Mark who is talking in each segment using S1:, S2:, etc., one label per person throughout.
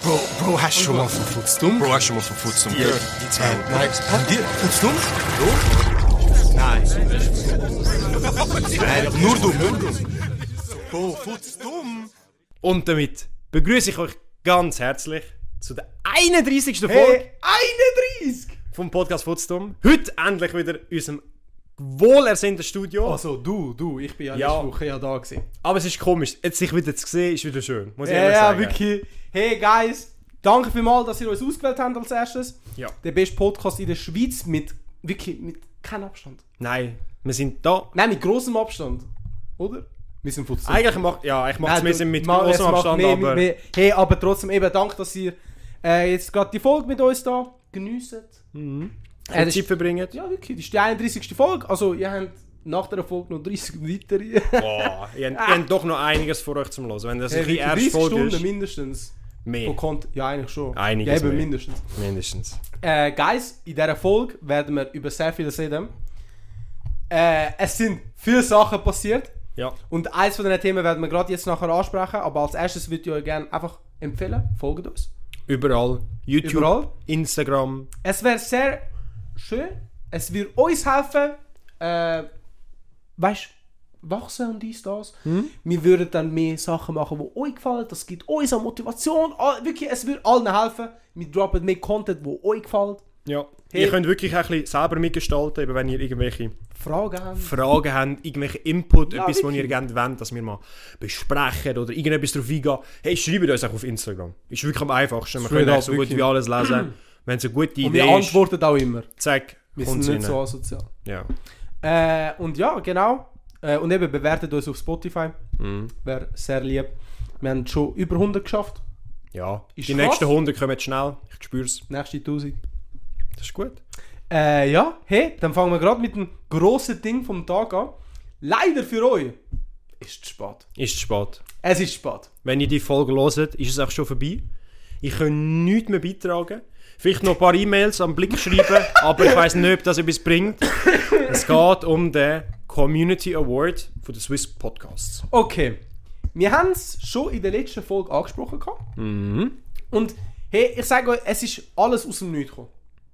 S1: Bro, hast du schon mal von Futzdumm?
S2: Bro, hast du schon mal von Futzum gehört?
S1: Die zwei. Äh, nein, haben die Futzdumm? Nein. Nein, doch nur dumm. Bro, Futzdumm?
S3: Und damit begrüße ich euch ganz herzlich zu der 31. Folge
S1: Hey, 31!
S3: vom Podcast Futstum. Heute endlich wieder in unserem wohlersehnten Studio.
S1: Also, du, du, ich bin ja
S3: Ja.
S1: letzte Woche ja da gewesen.
S3: Aber es ist komisch, jetzt sich wieder zu sehen, ist wieder schön. Muss ich
S1: Ja,
S3: ehrlich
S1: ja,
S3: sagen.
S1: wirklich. Hey, Guys, danke vielmals, dass ihr uns ausgewählt habt als erstes.
S3: Ja.
S1: Der beste Podcast in der Schweiz mit, wirklich, mit keinem Abstand.
S3: Nein, wir sind da.
S1: Nein, mit großem Abstand. Oder? Wir sind Futzdumm.
S3: Eigentlich macht ja, ich mache es
S1: Nein,
S3: ein bisschen mit
S1: ma- es
S3: großem
S1: macht
S3: Abstand,
S1: mehr,
S3: aber
S1: mehr- hey, aber trotzdem, eben, danke, dass ihr äh, jetzt gerade die Folge mit uns da geniesset. Äh,
S3: Äh,
S1: das
S3: Zeit
S1: ist,
S3: verbringen.
S1: ja, wirklich, das ist die 31. Folge. Also, ihr habt nach der Folge noch 30 weitere.
S3: Boah, ihr, habt- ihr habt doch noch einiges vor euch zum Hören. Wenn das
S1: Hey,
S3: ein bisschen
S1: wirklich,
S3: erste Folge
S1: Stunden Oh
S3: ist,
S1: mindestens.
S3: mehr,
S1: Von Content. Ja, eigentlich schon.
S3: Einiges
S1: ja, eben,
S3: mehr.
S1: mindestens.
S3: mindestens.
S1: Äh, Guys, in dieser Folge werden wir über sehr viel reden. Äh, es sind viele Sachen passiert.
S3: Ja,
S1: Und eins von diesen Themen werden wir gerade jetzt nachher ansprechen. Aber als erstes würde ich euch gerne einfach empfehlen, folgt uns.
S3: überall. YouTube,
S1: Überall.
S3: Instagram.
S1: Es wäre sehr schön, es wird uns helfen, äh, weißt wachsen und dies, das. Wir würden dann mehr Sachen machen, die euch gefallen. Das gibt uns auch Motivation. All, wirklich, es wird allen helfen. Wir droppen mehr Content, wo euch gefällt.
S3: Ja.
S1: Hey.
S3: Ihr könnt wirklich ein bisschen selber mitgestalten, eben wenn ihr irgendwelche
S1: Fragen haben.
S3: Fragen habt, irgendwelche Input,
S1: Ja,
S3: etwas, was ihr
S1: wirklich.
S3: gerne wollt, dass wir mal besprechen oder irgendetwas drauf eingehen. Hey, schreibt uns auch auf Instagram. Ist wirklich am einfachsten. Wir
S1: Straight
S3: können
S1: up,
S3: eigentlich so gut
S1: wirklich.
S3: wie alles lesen. Wenn es eine gute
S1: und wir
S3: Idee ist,
S1: antworten auch immer.
S3: zack,
S1: Wir
S3: kommt's
S1: sind nicht
S3: rein.
S1: so asozial.
S3: Ja.
S1: Äh, und ja, genau. Äh, und eben bewertet uns auf Spotify. Wäre sehr lieb. Wir haben schon über 100 geschafft.
S3: ja.
S1: Ist
S3: Die
S1: krass.
S3: nächsten Hunde kommen jetzt schnell. Ich spüre es.
S1: Nächste 1000.
S3: Das ist gut.
S1: Äh, ja, hey, dann fangen wir gerade mit dem grossen Ding vom Tag an. Leider für euch ist es spät.
S3: Ist spät.
S1: Es ist spät.
S3: Wenn ihr die Folge hört, ist es auch schon vorbei. Ich kann nichts mehr beitragen. Vielleicht noch ein paar E-Mails am Blick schreiben, aber ich weiß nicht, ob das etwas bringt. Es geht um den Community Award von den Swiss Podcasts.
S1: Okay, wir haben es schon in der letzten Folge angesprochen. Gehabt. Und hey, ich sage euch, es ist alles aus dem Nichts gekommen.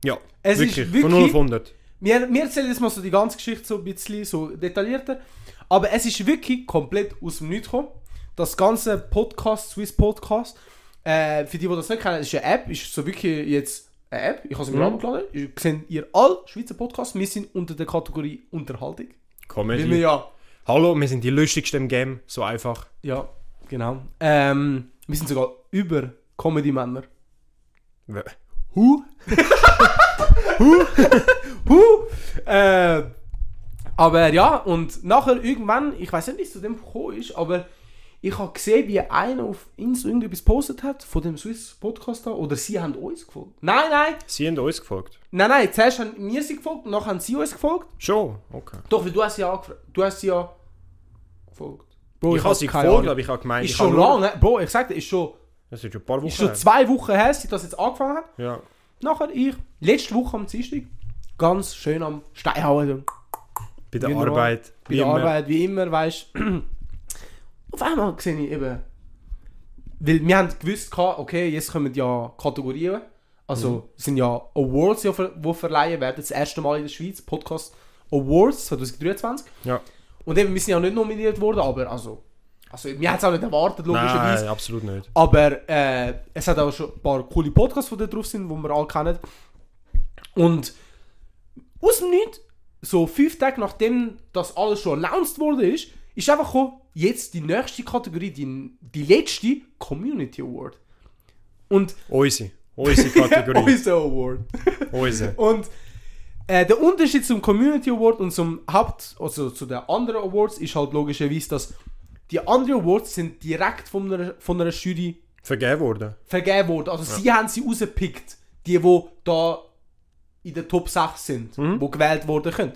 S3: Ja,
S1: Es
S3: wirklich,
S1: ist wirklich-
S3: Von 0 auf 100.
S1: Wir, wir erzählen jetzt mal so die ganze Geschichte so ein bisschen so detaillierter. Aber es ist wirklich komplett aus dem Nichts gekommen. Das ganze Podcast, Swiss Podcast, äh, für die, die das nicht kennen, ist eine App, ist so wirklich jetzt eine App. Ich habe sie mir runtergeladen. Ihr seht ihr alle Schweizer Podcasts. Wir sind unter der Kategorie Unterhaltung. Weil
S3: Comedy.
S1: wir ja,
S3: Hallo, wir sind die lustigsten im Game. So einfach.
S1: ja, genau. Ähm, wir sind sogar über Comedy-Männer.
S3: W-
S1: Hu? Hu? Hu? Äh, aber ja, und nachher irgendwann, ich weiß nicht, wie es zu dem gekommen ist, aber ich habe gesehen, wie einer auf Insta irgendetwas gepostet hat von dem Swiss Podcast da, oder sie haben uns gefolgt. Nein, nein,
S3: Sie haben uns gefolgt.
S1: nein, nein, zuerst haben wir sie gefolgt, und nachher haben sie uns gefolgt.
S3: Schon? Okay.
S1: Doch, weil du hast sie ja angefragt. Du hast sie ja gefolgt. Bro,
S3: Ich, habe sie
S1: Oh, keine
S3: gefolgt,
S1: Ahnung.
S3: aber ich habe gemeint,
S1: Ist
S3: ich habe
S1: schon
S3: nur-
S1: lange, Bro, ich sag dir, ist schon,
S3: Das ist schon ein paar Wochen.
S1: ist schon
S3: her.
S1: zwei Wochen her, seit das jetzt angefangen hat.
S3: ja.
S1: Nachher ich, letzte Woche am Dienstag, ganz schön am Steinhauen.
S3: Bei der
S1: Wie normal.
S3: Arbeit.
S1: Bei
S3: wie
S1: der
S3: immer.
S1: Arbeit, wie immer, weißt du. Auf einmal sehe ich eben. Weil wir haben gewusst, gehabt, okay, jetzt kommen ja Kategorien. Also
S3: Mhm.
S1: es sind ja Awards, die ver- die verleihen werden. Das erste Mal in der Schweiz, Podcast Awards 2023.
S3: Ja.
S1: Und eben, wir sind ja nicht nominiert worden, aber also. Also, wir haben es auch nicht erwartet, logischerweise.
S3: Nein, absolut nicht.
S1: Aber äh, es hat auch schon ein paar coole Podcasts, die da drauf sind, die wir alle kennen. Und aus dem Nichts, so fünf Tage nachdem das alles schon announced wurde, ist, ist einfach gekommen, jetzt die nächste Kategorie, die, die letzte Community Award. Und
S3: Unsere. Unsere Kategorie.
S1: unser Award.
S3: Unsere.
S1: Und äh, der Unterschied zum Community Award und zum Haupt, also zu den anderen Awards, ist halt logischerweise, dass die anderen Awards sind direkt von einer, von einer Jury
S3: Vergeben worden.
S1: vergeben worden. Also sie haben sie rausgepickt, die, die da in der Top 6 sind, die gewählt worden können.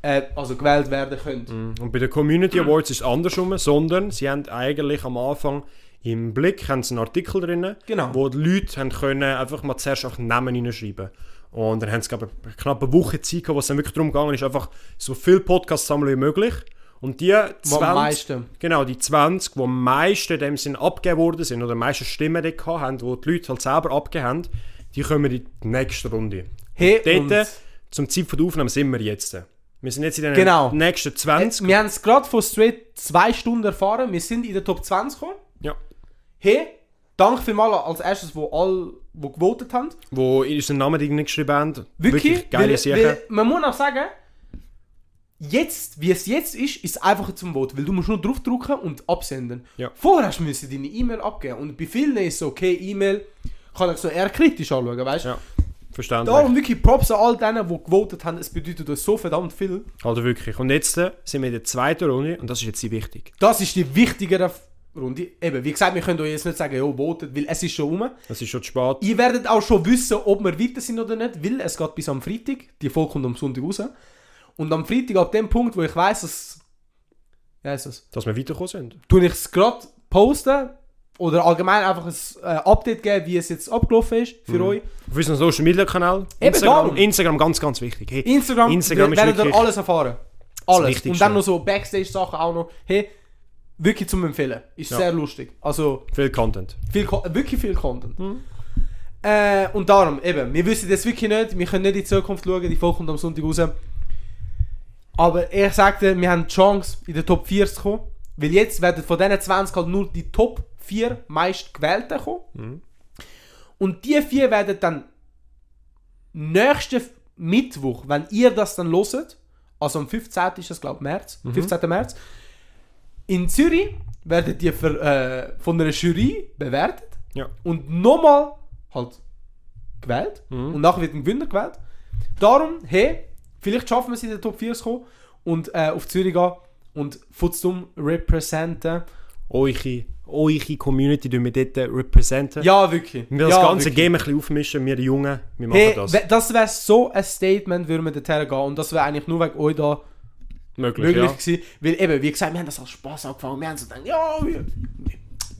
S1: Äh, also gewählt werden können.
S3: Und bei den Community Awards ist es andersrum, sondern sie haben eigentlich am Anfang im Blick haben sie einen Artikel drin,
S1: Genau.
S3: wo die Leute haben können einfach mal zuerst auch Namen hineinschreiben Und dann haben sie, glaube ich, knapp eine Woche Zeit gehabt, wo es dann wirklich darum gegangen ist, einfach so viele Podcasts sammeln wie möglich. Und die
S1: Wo am
S3: 20,
S1: meisten.
S3: genau, die 20, die am meisten in dem Sinn abgegeben worden sind oder am meisten Stimmen dort gehabt haben, die die Leute halt selber abgegeben haben, die kommen in die nächste Runde.
S1: Hey, und,
S3: Dort, zum Zeitpunkt der Aufnahme sind wir jetzt. Wir sind jetzt in den
S1: Genau.
S3: nächsten
S1: äh,
S3: 20.
S1: wir haben es gerade vor straight zwei Stunden erfahren. Wir sind in der Top 20 gekommen.
S3: Ja.
S1: Hey, danke vielmals als erstes, wo alle, die gewotet haben.
S3: Wo unseren Namen irgendwie geschrieben haben.
S1: Wirklich,
S3: geile
S1: weil-
S3: Sache.
S1: weil Man muss auch sagen, jetzt, wie es jetzt ist, ist es einfacher zum Voten, weil du musst nur draufdrücken und absenden.
S3: Ja.
S1: Vorher hast du müssen deine E-Mail abgeben und bei vielen ist es okay, E-Mail kann ich so eher kritisch anschauen, weißt du?
S3: Ja, verständlich.
S1: Darum wirklich Props an all denen, die gewotet haben, es bedeutet uns so verdammt viel.
S3: Also wirklich. Und jetzt äh, sind wir in der zweiten Runde und das ist jetzt die wichtig.
S1: Das ist die wichtigere Runde. Eben, wie gesagt, wir können euch jetzt nicht sagen, jo, votet, weil es ist schon rum.
S3: Es ist schon zu spät.
S1: Ihr werdet auch schon wissen, ob wir weiter sind oder nicht, weil es geht bis am Freitag. Die Folge kommt am Sonntag raus. Und am Freitag, ab dem Punkt, wo ich weiß, dass. Wie heisst das?
S3: Dass wir weitergekommen sind.
S1: Tue ich es gerade posten oder allgemein einfach ein äh, Update geben, wie es jetzt abgelaufen ist
S3: Mhm.
S1: für euch.
S3: Auf unserem Social Media Kanal.
S1: Eben
S3: Instagram,
S1: darum.
S3: Instagram ganz, ganz wichtig. Hey,
S1: Instagram,
S3: Instagram ist
S1: werdet ihr
S3: wirklich-
S1: alles erfahren. Alles.
S3: Wichtigste.
S1: Und dann noch so Backstage-Sachen auch noch. Hey, wirklich zum Empfehlen. Ist
S3: Ja.
S1: sehr lustig. Also.
S3: viel Content.
S1: Viel, Ko- wirklich viel Content. Äh, und darum, eben, wir wissen das wirklich nicht, wir können nicht in die Zukunft schauen, die Folge kommt am Sonntag raus. Aber ich sagte, wir haben die Chance, in der Top 4 zu kommen, weil jetzt werden von diesen 20 halt nur die Top 4 meistgewählten kommen. Und die vier werden dann nächsten Mittwoch, wenn ihr das dann loset, also am 15. ist das, glaube ich, März, 15. März, in Zürich werden die ver, äh, von einer Jury bewertet
S3: Ja.
S1: und nochmal halt gewählt
S3: Mhm.
S1: und nachher wird ein Gewinner gewählt. Darum, hey, vielleicht schaffen wir es in den Top 4 zu kommen und äh, auf Zürich gehen und Futsum representen.
S3: Eure, eure Community tun wir dort äh, representen.
S1: Ja, wirklich.
S3: Wir das
S1: ja,
S3: ganze
S1: wirklich.
S3: Game ein bisschen aufmischen. Wir Jungen, wir machen
S1: Hey,
S3: das.
S1: we- das wäre so ein Statement, würden wir dorthin gehen und das wäre eigentlich nur wegen euch da
S3: Möglich,
S1: möglich
S3: ja.
S1: gewesen. Weil eben, wie gesagt, wir haben das als Spaß angefangen. Wir haben so gedacht, ja, wir,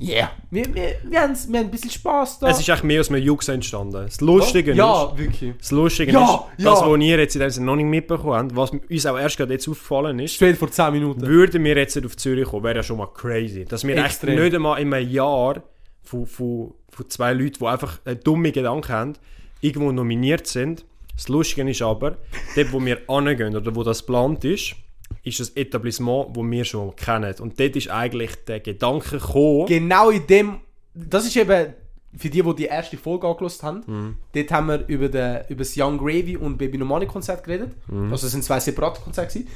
S3: Yeah.
S1: wir, wir, wir, haben's- wir haben ein bisschen Spaß da.
S3: Es ist eigentlich mehr aus einem Jux entstanden. Das Lustige ist...
S1: Ja, wirklich.
S3: Das Lustige
S1: Ja,
S3: ist,
S1: ja.
S3: das, was ihr jetzt in dem Sinne noch nicht mitbekommen habt, was uns auch erst gerade jetzt aufgefallen ist,
S1: Straight vor 10 Minuten.
S3: würden wir jetzt nicht auf Zürich kommen, wäre ja schon mal crazy. Dass wir echt
S1: Extrem.
S3: nicht einmal in einem Jahr von, von, von zwei Leuten, die einfach einen dummen Gedanken haben, irgendwo nominiert sind. Das Lustige ist aber, dort wo wir angehen oder wo das geplant ist, ist das Etablissement, das wir schon kennen. Und dort ist eigentlich der Gedanke gekommen,
S1: Genau in dem. Das ist eben für die, die die erste Folge angelost haben. Dort haben wir über, den, über das Young Gravy und Baby No Money Konzert geredet. Also, es sind zwei separate Konzerte. gewesen.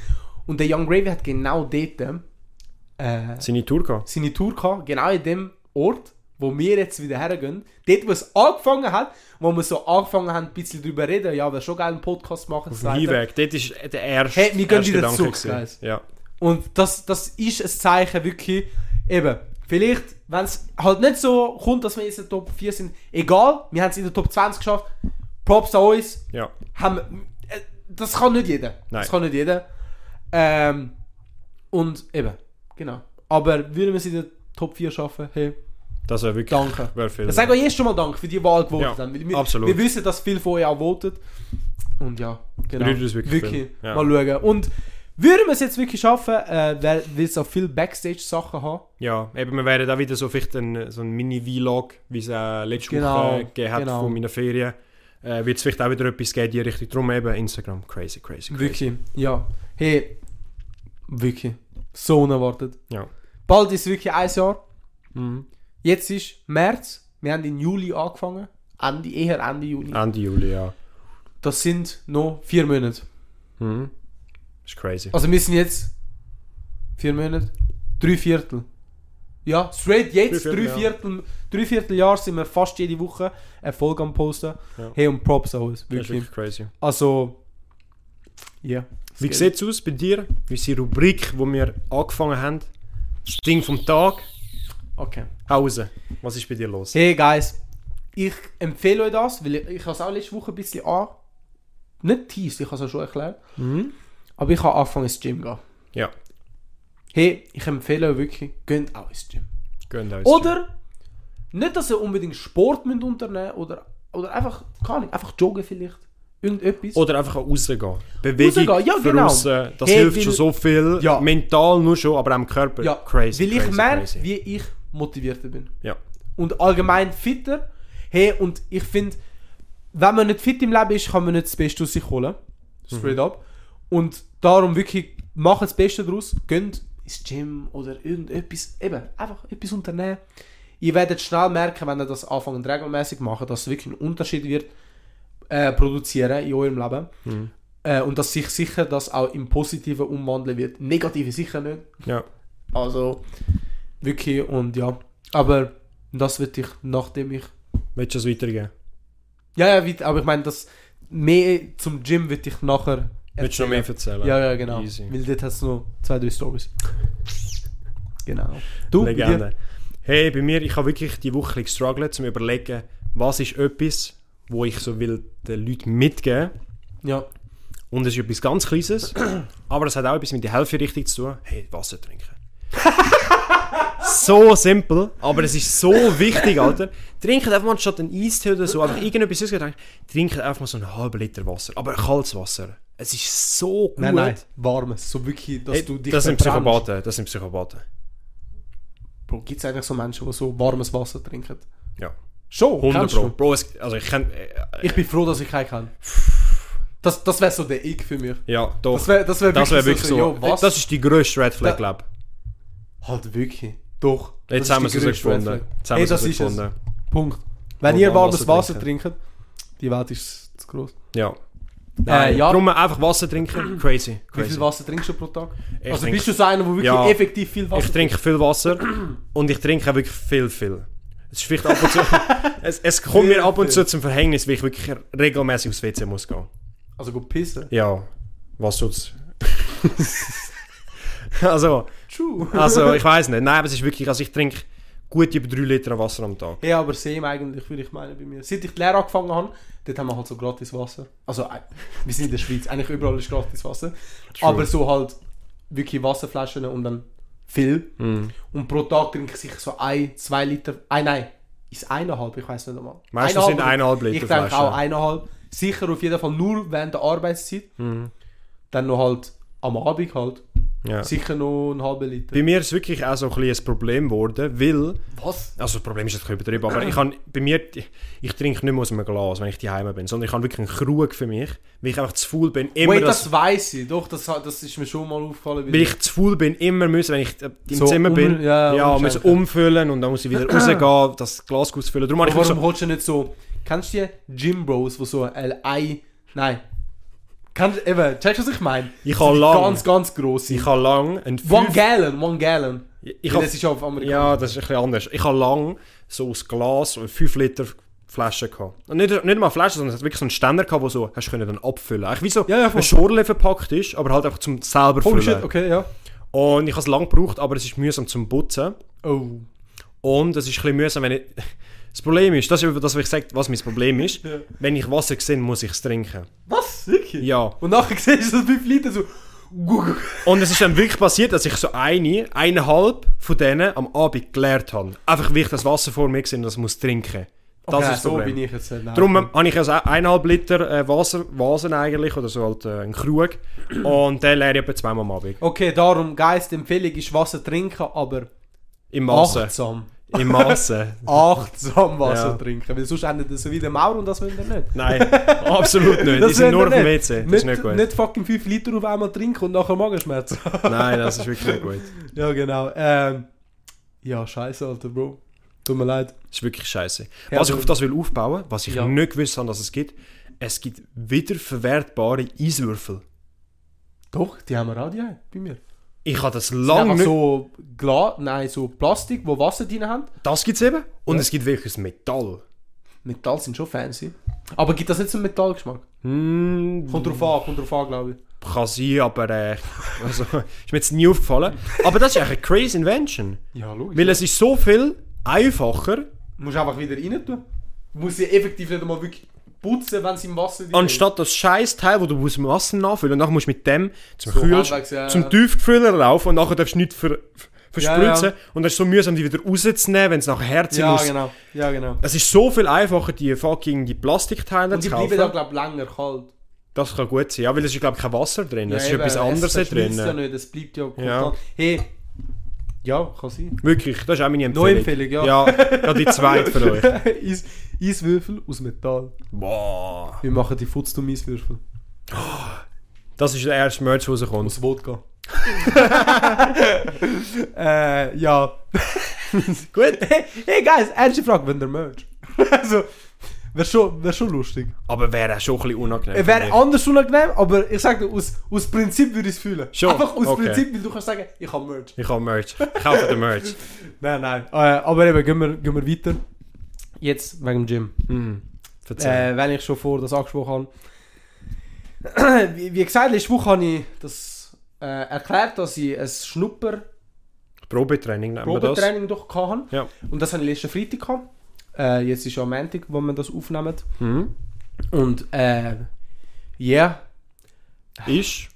S1: Und der Young Gravy hat genau dort äh,
S3: seine Tour gehabt.
S1: seine Tour gehabt, genau in dem Ort, wo wir jetzt wieder hergehen. Dort, wo es angefangen hat, wo wir so angefangen haben, ein bisschen drüber reden, ja, wäre schon geil, einen Podcast machen. das Zweite.
S3: Hinweg, dort ist der erste,
S1: Hey, wir gehen
S3: erste
S1: wieder
S3: Gedanke
S1: zurück,
S3: gewesen.
S1: guys.
S3: Ja.
S1: Und das, das ist ein Zeichen wirklich, eben, vielleicht, wenn es halt nicht so kommt, dass wir jetzt in der Top 4 sind, egal, wir haben es in der Top 20 geschafft, Props an uns,
S3: ja.
S1: haben, äh, das kann nicht jeder,
S3: Nein.
S1: das kann nicht jeder. Ähm, und eben, genau. Aber würden wir es in der Top 4 schaffen, hey,
S3: Das wäre wirklich...
S1: danke.
S3: Wäre viel
S1: Ich sage euch jetzt eh schon mal Dank für die Wahl
S3: Ja,
S1: gewotet haben. weil Wir,
S3: absolut.
S1: wir wissen, dass viele von euch auch votet. Und ja, genau.
S3: Bedeutet uns wirklich viel. Ja.
S1: Mal schauen. Und würden wir es jetzt wirklich schaffen, äh, weil wir es auch viel Backstage-Sachen haben.
S3: Ja, eben, wir werden auch wieder so vielleicht ein, so ein Mini-Vlog, wie es äh, letzte
S1: Genau,
S3: Woche äh, gegeben hat
S1: genau.
S3: von meinen Ferien. Äh, Wird es vielleicht auch wieder etwas geben, in die Richtung. Drum eben Instagram, crazy, crazy, crazy.
S1: Wirklich, ja. Hey, wirklich. So unerwartet.
S3: Ja.
S1: Bald ist wirklich ein Jahr.
S3: Mhm.
S1: Jetzt ist März. Wir haben im Juli angefangen. Ende, eher Ende Juli.
S3: Ende Juli, ja.
S1: Das sind noch vier Monate.
S3: Mhm. Ist crazy.
S1: Also wir sind jetzt vier Monate, drei Viertel. Ja, straight jetzt,
S3: Drei
S1: drei
S3: Viertel,
S1: Viertel, drei
S3: ja.
S1: Viertel, Jahr sind wir fast jede Woche eine Folge am Posten.
S3: Ja.
S1: Hey, und Props alles,
S3: Das ist
S1: wirklich.
S3: wirklich crazy.
S1: Also, ja.
S3: Wie sieht es aus bei dir? Wie ist die Rubrik, wo wir angefangen haben? Das Ding vom Tag.
S1: Okay.
S3: Hause. Was ist bei dir los?
S1: Hey, guys. Ich empfehle euch das, weil ich, ich habe es auch letzte Woche ein bisschen an... Nicht teased, ich habe es auch schon erklärt.
S3: Mhm.
S1: Aber ich habe angefangen ins Gym zu gehen.
S3: Ja,
S1: Hey, ich empfehle euch wirklich, geht auch ins Gym.
S3: gönnt uns.
S1: Oder nicht, dass ihr unbedingt Sport müsst unternehmen oder, oder einfach, keine Ahnung, einfach joggen vielleicht. irgendetwas.
S3: Oder einfach auch rausgehen. Bewegung
S1: Rausgehen, ja,
S3: für
S1: genau.
S3: aussen, das
S1: Hey,
S3: hilft
S1: weil-
S3: schon so viel.
S1: Ja.
S3: Mental nur schon, aber auch im Körper.
S1: ja,
S3: Crazy,
S1: Weil ich
S3: crazy,
S1: merke,
S3: crazy.
S1: wie ich motivierter bin.
S3: Ja.
S1: Und allgemein fitter. Hey, und ich finde, wenn man nicht fit im Leben ist, kann man nicht das Beste aus sich holen. Straight up. Und darum wirklich, macht das Beste daraus. Geht ins Gym oder irgendetwas. Eben, einfach etwas unternehmen. Ihr werdet schnell merken, wenn ihr das anfangt regelmäßig machen, dass es wirklich einen Unterschied wird äh, produzieren in eurem Leben. Äh, und dass sich sicher das auch im Positiven umwandeln wird. Negative sicher nicht.
S3: ja.
S1: Also wirklich und ja. Aber das wird ich, nachdem ich.
S3: Willst du das weitergeben?
S1: Ja, ja, weit- aber ich meine, das mehr zum Gym wird ich nachher.
S3: Willst du noch mehr erzählen?
S1: Ja, ja, genau.
S3: Easy.
S1: Weil dort hast du noch zwei, drei Stories. Genau. Du, bei dir?
S3: Legende. Hey, bei mir, ich habe wirklich die Woche ein bisschen gestruggelt, zum überlegen, was ist etwas, wo ich so will den Leuten mitgeben
S1: Ja.
S3: Und es ist etwas ganz Kleines, aber es hat auch etwas mit der Helferrichtung zu tun. Hey, Wasser trinken. so simpel, aber es ist so wichtig, Alter. Trinkt einfach mal statt einen Eistee oder so, einfach irgendetwas ausgedacht, trinkt einfach mal so einen halben Liter Wasser, aber kaltes Wasser. Es ist so gut.
S1: Nein, nein. äh, Warmes. So wirklich, dass
S3: Hey,
S1: du dich
S3: das sind
S1: verbrennst.
S3: Psychopathen, das sind Psychopathen.
S1: Bro, gibt es eigentlich so Menschen, die so warmes Wasser trinken?
S3: Ja.
S1: Schon,
S3: 100
S1: Oh, kennst
S3: Pro.
S1: du?
S3: Bro, es, also ich kenn, äh, äh,
S1: Ich bin froh, dass ich keinen kann. Das, das wäre so der Ich für mich.
S3: Ja, doch.
S1: Das wäre das wär
S3: Das wäre wirklich so.
S1: yo, was?
S3: Das ist die grösste Red Flag,
S1: Da-
S3: glaube
S1: Halt wirklich. Doch.
S3: ich. Jetzt
S1: Das
S3: haben wir
S1: ist
S3: es
S1: die grösste Red
S3: gefunden.
S1: Flag.
S3: Jetzt haben
S1: Hey,
S3: wir es
S1: das ist es.
S3: gefunden.
S1: Punkt. Wenn
S3: Und
S1: ihr
S3: dann
S1: warmes
S3: Wasser
S1: Wasser trinkt, die Welt ist zu groß.
S3: Ja. Nein,
S1: Äh, ja.
S3: Darum einfach Wasser trinken. Crazy.
S1: Wie viel
S3: Crazy.
S1: Wasser trinkst du pro Tag?
S3: Ich
S1: also
S3: trink-
S1: bist du so einer, der wirklich
S3: Ja.
S1: effektiv viel Wasser
S3: Ich trinke viel Wasser und ich trinke auch wirklich viel, viel. Es ist vielleicht ab und zu. es, es kommt mir ab und zu zum Verhängnis, weil ich wirklich regelmäßig aufs WC muss gehen.
S1: trinkt? Also gut pissen.
S3: Ja. Was sonst? also,
S1: True.
S3: also, ich weiß nicht. Nein, aber es ist wirklich. Also, ich trinke gut über 3 Liter Wasser am Tag.
S1: Ja, aber same eigentlich, würde ich meinen bei mir. Seit ich die Lehre angefangen habe, dort haben wir halt so gratis Wasser. Also, äh, wir sind in der Schweiz, eigentlich überall ist gratis Wasser. Aber so halt wirklich Wasserflaschen und dann viel.
S3: Mhm.
S1: Und pro Tag trinke ich sicher so ein, zwei Liter. Ein, nein, ist eineinhalb, ich weiß nicht einmal.
S3: Meistens sind eineinhalb Liter
S1: Ich denke
S3: Flaschen.
S1: auch eineinhalb. Sicher auf jeden Fall nur während der Arbeitszeit. Dann noch halt am Abend halt.
S3: Mhm. Ja.
S1: Sicher noch einen halben Liter.
S3: Bei mir ist es wirklich auch so ein, bisschen ein Problem geworden, weil...
S1: Was?
S3: Also das Problem ist jetzt ein bisschen übertrieben, aber ich, habe, bei mir, ich, ich trinke nicht mehr aus einem Glas, wenn ich daheim bin, sondern ich habe wirklich einen Krug für mich, weil ich einfach zu faul bin, immer
S1: Wait,
S3: das...
S1: das weiß ich. Doch, das, das ist mir schon mal aufgefallen. weil
S3: Weil ich zu faul bin, immer müssen, wenn ich äh, im
S1: So,
S3: Zimmer
S1: um-
S3: bin,
S1: ja,
S3: ja, muss
S1: umschenken.
S3: umfüllen und dann muss ich wieder rausgehen, das Glas ausfüllen. Darum habe ich
S1: Aber warum
S3: so...
S1: holst du nicht so. Kennst du die Gym Bros, die so ein Ei. Nein. Kannst, eben, checkst du, was ich meine?
S3: Ich
S1: So
S3: habe
S1: die
S3: lang-
S1: Ganz, ganz grosse.
S3: Ich habe lange einen
S1: one
S3: fünf-
S1: Gallon, one Gallon.
S3: Ich
S1: Weil
S3: habe
S1: das ist ja auf Amerika.
S3: Ja, das ist ein bisschen anders. Ich habe lange so aus Glas und 5 Liter Flaschen gehabt. Und nicht, nicht mal Flaschen, sondern es hat wirklich so einen Ständer gehabt, wo so hast du können dann abfüllen. Eigentlich wie so
S1: Ja, ja, voll.
S3: eine Schorle verpackt ist, aber halt einfach zum selber
S1: Oh
S3: füllen.
S1: shit, okay, ja.
S3: Und ich habe es lange gebraucht, aber es ist mühsam zum Putzen.
S1: Oh.
S3: Und es ist ein bisschen mühsam, wenn ich... Das Problem ist, das ist über das, was ich sage, was mein Problem ist.
S1: Ja.
S3: Wenn ich Wasser sehe, muss ich es trinken.
S1: Was? Wirklich?
S3: Ja.
S1: Und nachher siehst du das 5 Liter so. Google.
S3: Und es ist dann wirklich passiert, dass ich so eine, eineinhalb von denen am Abend geleert habe. Einfach, weil ich das Wasser vor mir gesehen und das muss trinken. Das
S1: Okay,
S3: ist das
S1: so
S3: Problem.
S1: bin ich jetzt. äh, Nein.
S3: Darum ähm, habe ich also eineinhalb Liter äh, Vasen, Vasen eigentlich, oder so halt äh, einen Krug. Und den leere ich etwa zweimal am Abend.
S1: Okay, darum, Geist, die Empfehlung ist Wasser trinken, aber
S3: Im Massen.
S1: achtsam.
S3: Im Massen.
S1: Achtsam Wasser
S3: Ja.
S1: trinken. Weil sonst endet das so wie der Mauer und das will er nicht.
S3: Nein, absolut nicht. Die sind
S1: will
S3: nur auf
S1: er
S3: dem WC. Das
S1: nicht,
S3: ist nicht gut.
S1: Nicht fucking 5 Liter auf einmal trinken und nachher Magenschmerzen.
S3: Nein, das ist wirklich nicht gut.
S1: ja, genau. Ähm, ja, scheiße, Alter, Bro. Tut mir leid.
S3: Das ist wirklich scheiße.
S1: Ja,
S3: Was ich
S1: aber-
S3: auf das will aufbauen, was ich
S1: Ja.
S3: nicht gewusst habe, dass es gibt, es gibt wiederverwertbare Eiswürfel.
S1: Doch, die haben wir auch, die haben, bei mir.
S3: Ich habe das
S1: Die
S3: lange
S1: einfach
S3: nicht...
S1: so Glas, nein, so Plastik, wo Wasser drin haben.
S3: Das gibt es eben. Und es gibt wirklich ein Metall.
S1: Metall sind schon fancy. Aber gibt das nicht so einen Metallgeschmack?
S3: Mm,
S1: Kommt drauf an, kommt drauf an, glaube ich.
S3: Kann sein, aber äh, also, ist mir jetzt nie aufgefallen. Aber das ist eigentlich eine crazy Invention.
S1: Ja, logisch.
S3: Weil es ist so viel einfacher,
S1: Du musst einfach wieder rein tun. Du musst sie effektiv nicht einmal wirklich putzen, wenn sie im Wasser drin
S3: anstatt das scheiß Teil, wo du aus dem Wasser nachfüllen und nachher musst du mit dem zum
S1: So,
S3: Kühl,
S1: halbwegs, ja, ja.
S3: zum Tiefkühler laufen und nachher darfst du nichts ver verspritzen.
S1: Ja,
S3: Und es ist so mühsam, die wieder rauszunehmen, wenn es nach Herzen
S1: Ja,
S3: muss.
S1: genau. Ja, genau.
S3: Es ist so viel einfacher, die fucking die Plastikteile
S1: Und die
S3: zu
S1: bleiben da,
S3: kaufen.
S1: glaube ich, länger kalt.
S3: Das kann gut sein. Ja, weil es ist, glaube ich, kein Wasser drin. es ist
S1: eben,
S3: etwas anderes
S1: es verschmilzt ja
S3: drin.
S1: nicht, es bleibt ja
S3: Ja.
S1: konstant. Hey, ja, kann sein.
S3: Wirklich, das ist auch meine Empfehlung.
S1: Neuempfehlung, ja.
S3: Ja, gerade die zweite für euch.
S1: Eis, Eiswürfel aus Metall.
S3: Boah.
S1: Wir machen die Futztum-Eiswürfel.
S3: Das ist der erste Merch, der rauskommt.
S1: Aus Wodka. äh, ja.
S3: Gut.
S1: Hey, hey, guys, ernste Frage, wenn der Merch. also, wäre schon, wär schon lustig.
S3: Aber wäre auch schon ein bisschen unangenehm.
S1: Wäre anders unangenehm, aber ich sag dir, aus, aus Prinzip würde ich es fühlen.
S3: Schon,
S1: Einfach aus
S3: okay.
S1: Prinzip, weil du kannst sagen, ich habe Merch.
S3: ich habe Merch. Kaufe den Merch.
S1: Nein, nein. Äh, aber eben, gehen wir, gehen wir weiter. Jetzt wegen dem Gym.
S3: Mhm. Verzeih.
S1: Äh, wenn ich schon vor das angesprochen habe. wie, wie gesagt, letzte Woche habe ich das äh, erklärt, dass ich ein Schnupper
S3: Probetraining nennen wir das.
S1: Probetraining doch hatte.
S3: Ja.
S1: Und das habe ich letzten Freitag gehabt. Äh, jetzt ist ja am Montag, wo wir das aufnehmen.
S3: Mhm.
S1: Und äh, ja,
S3: Ist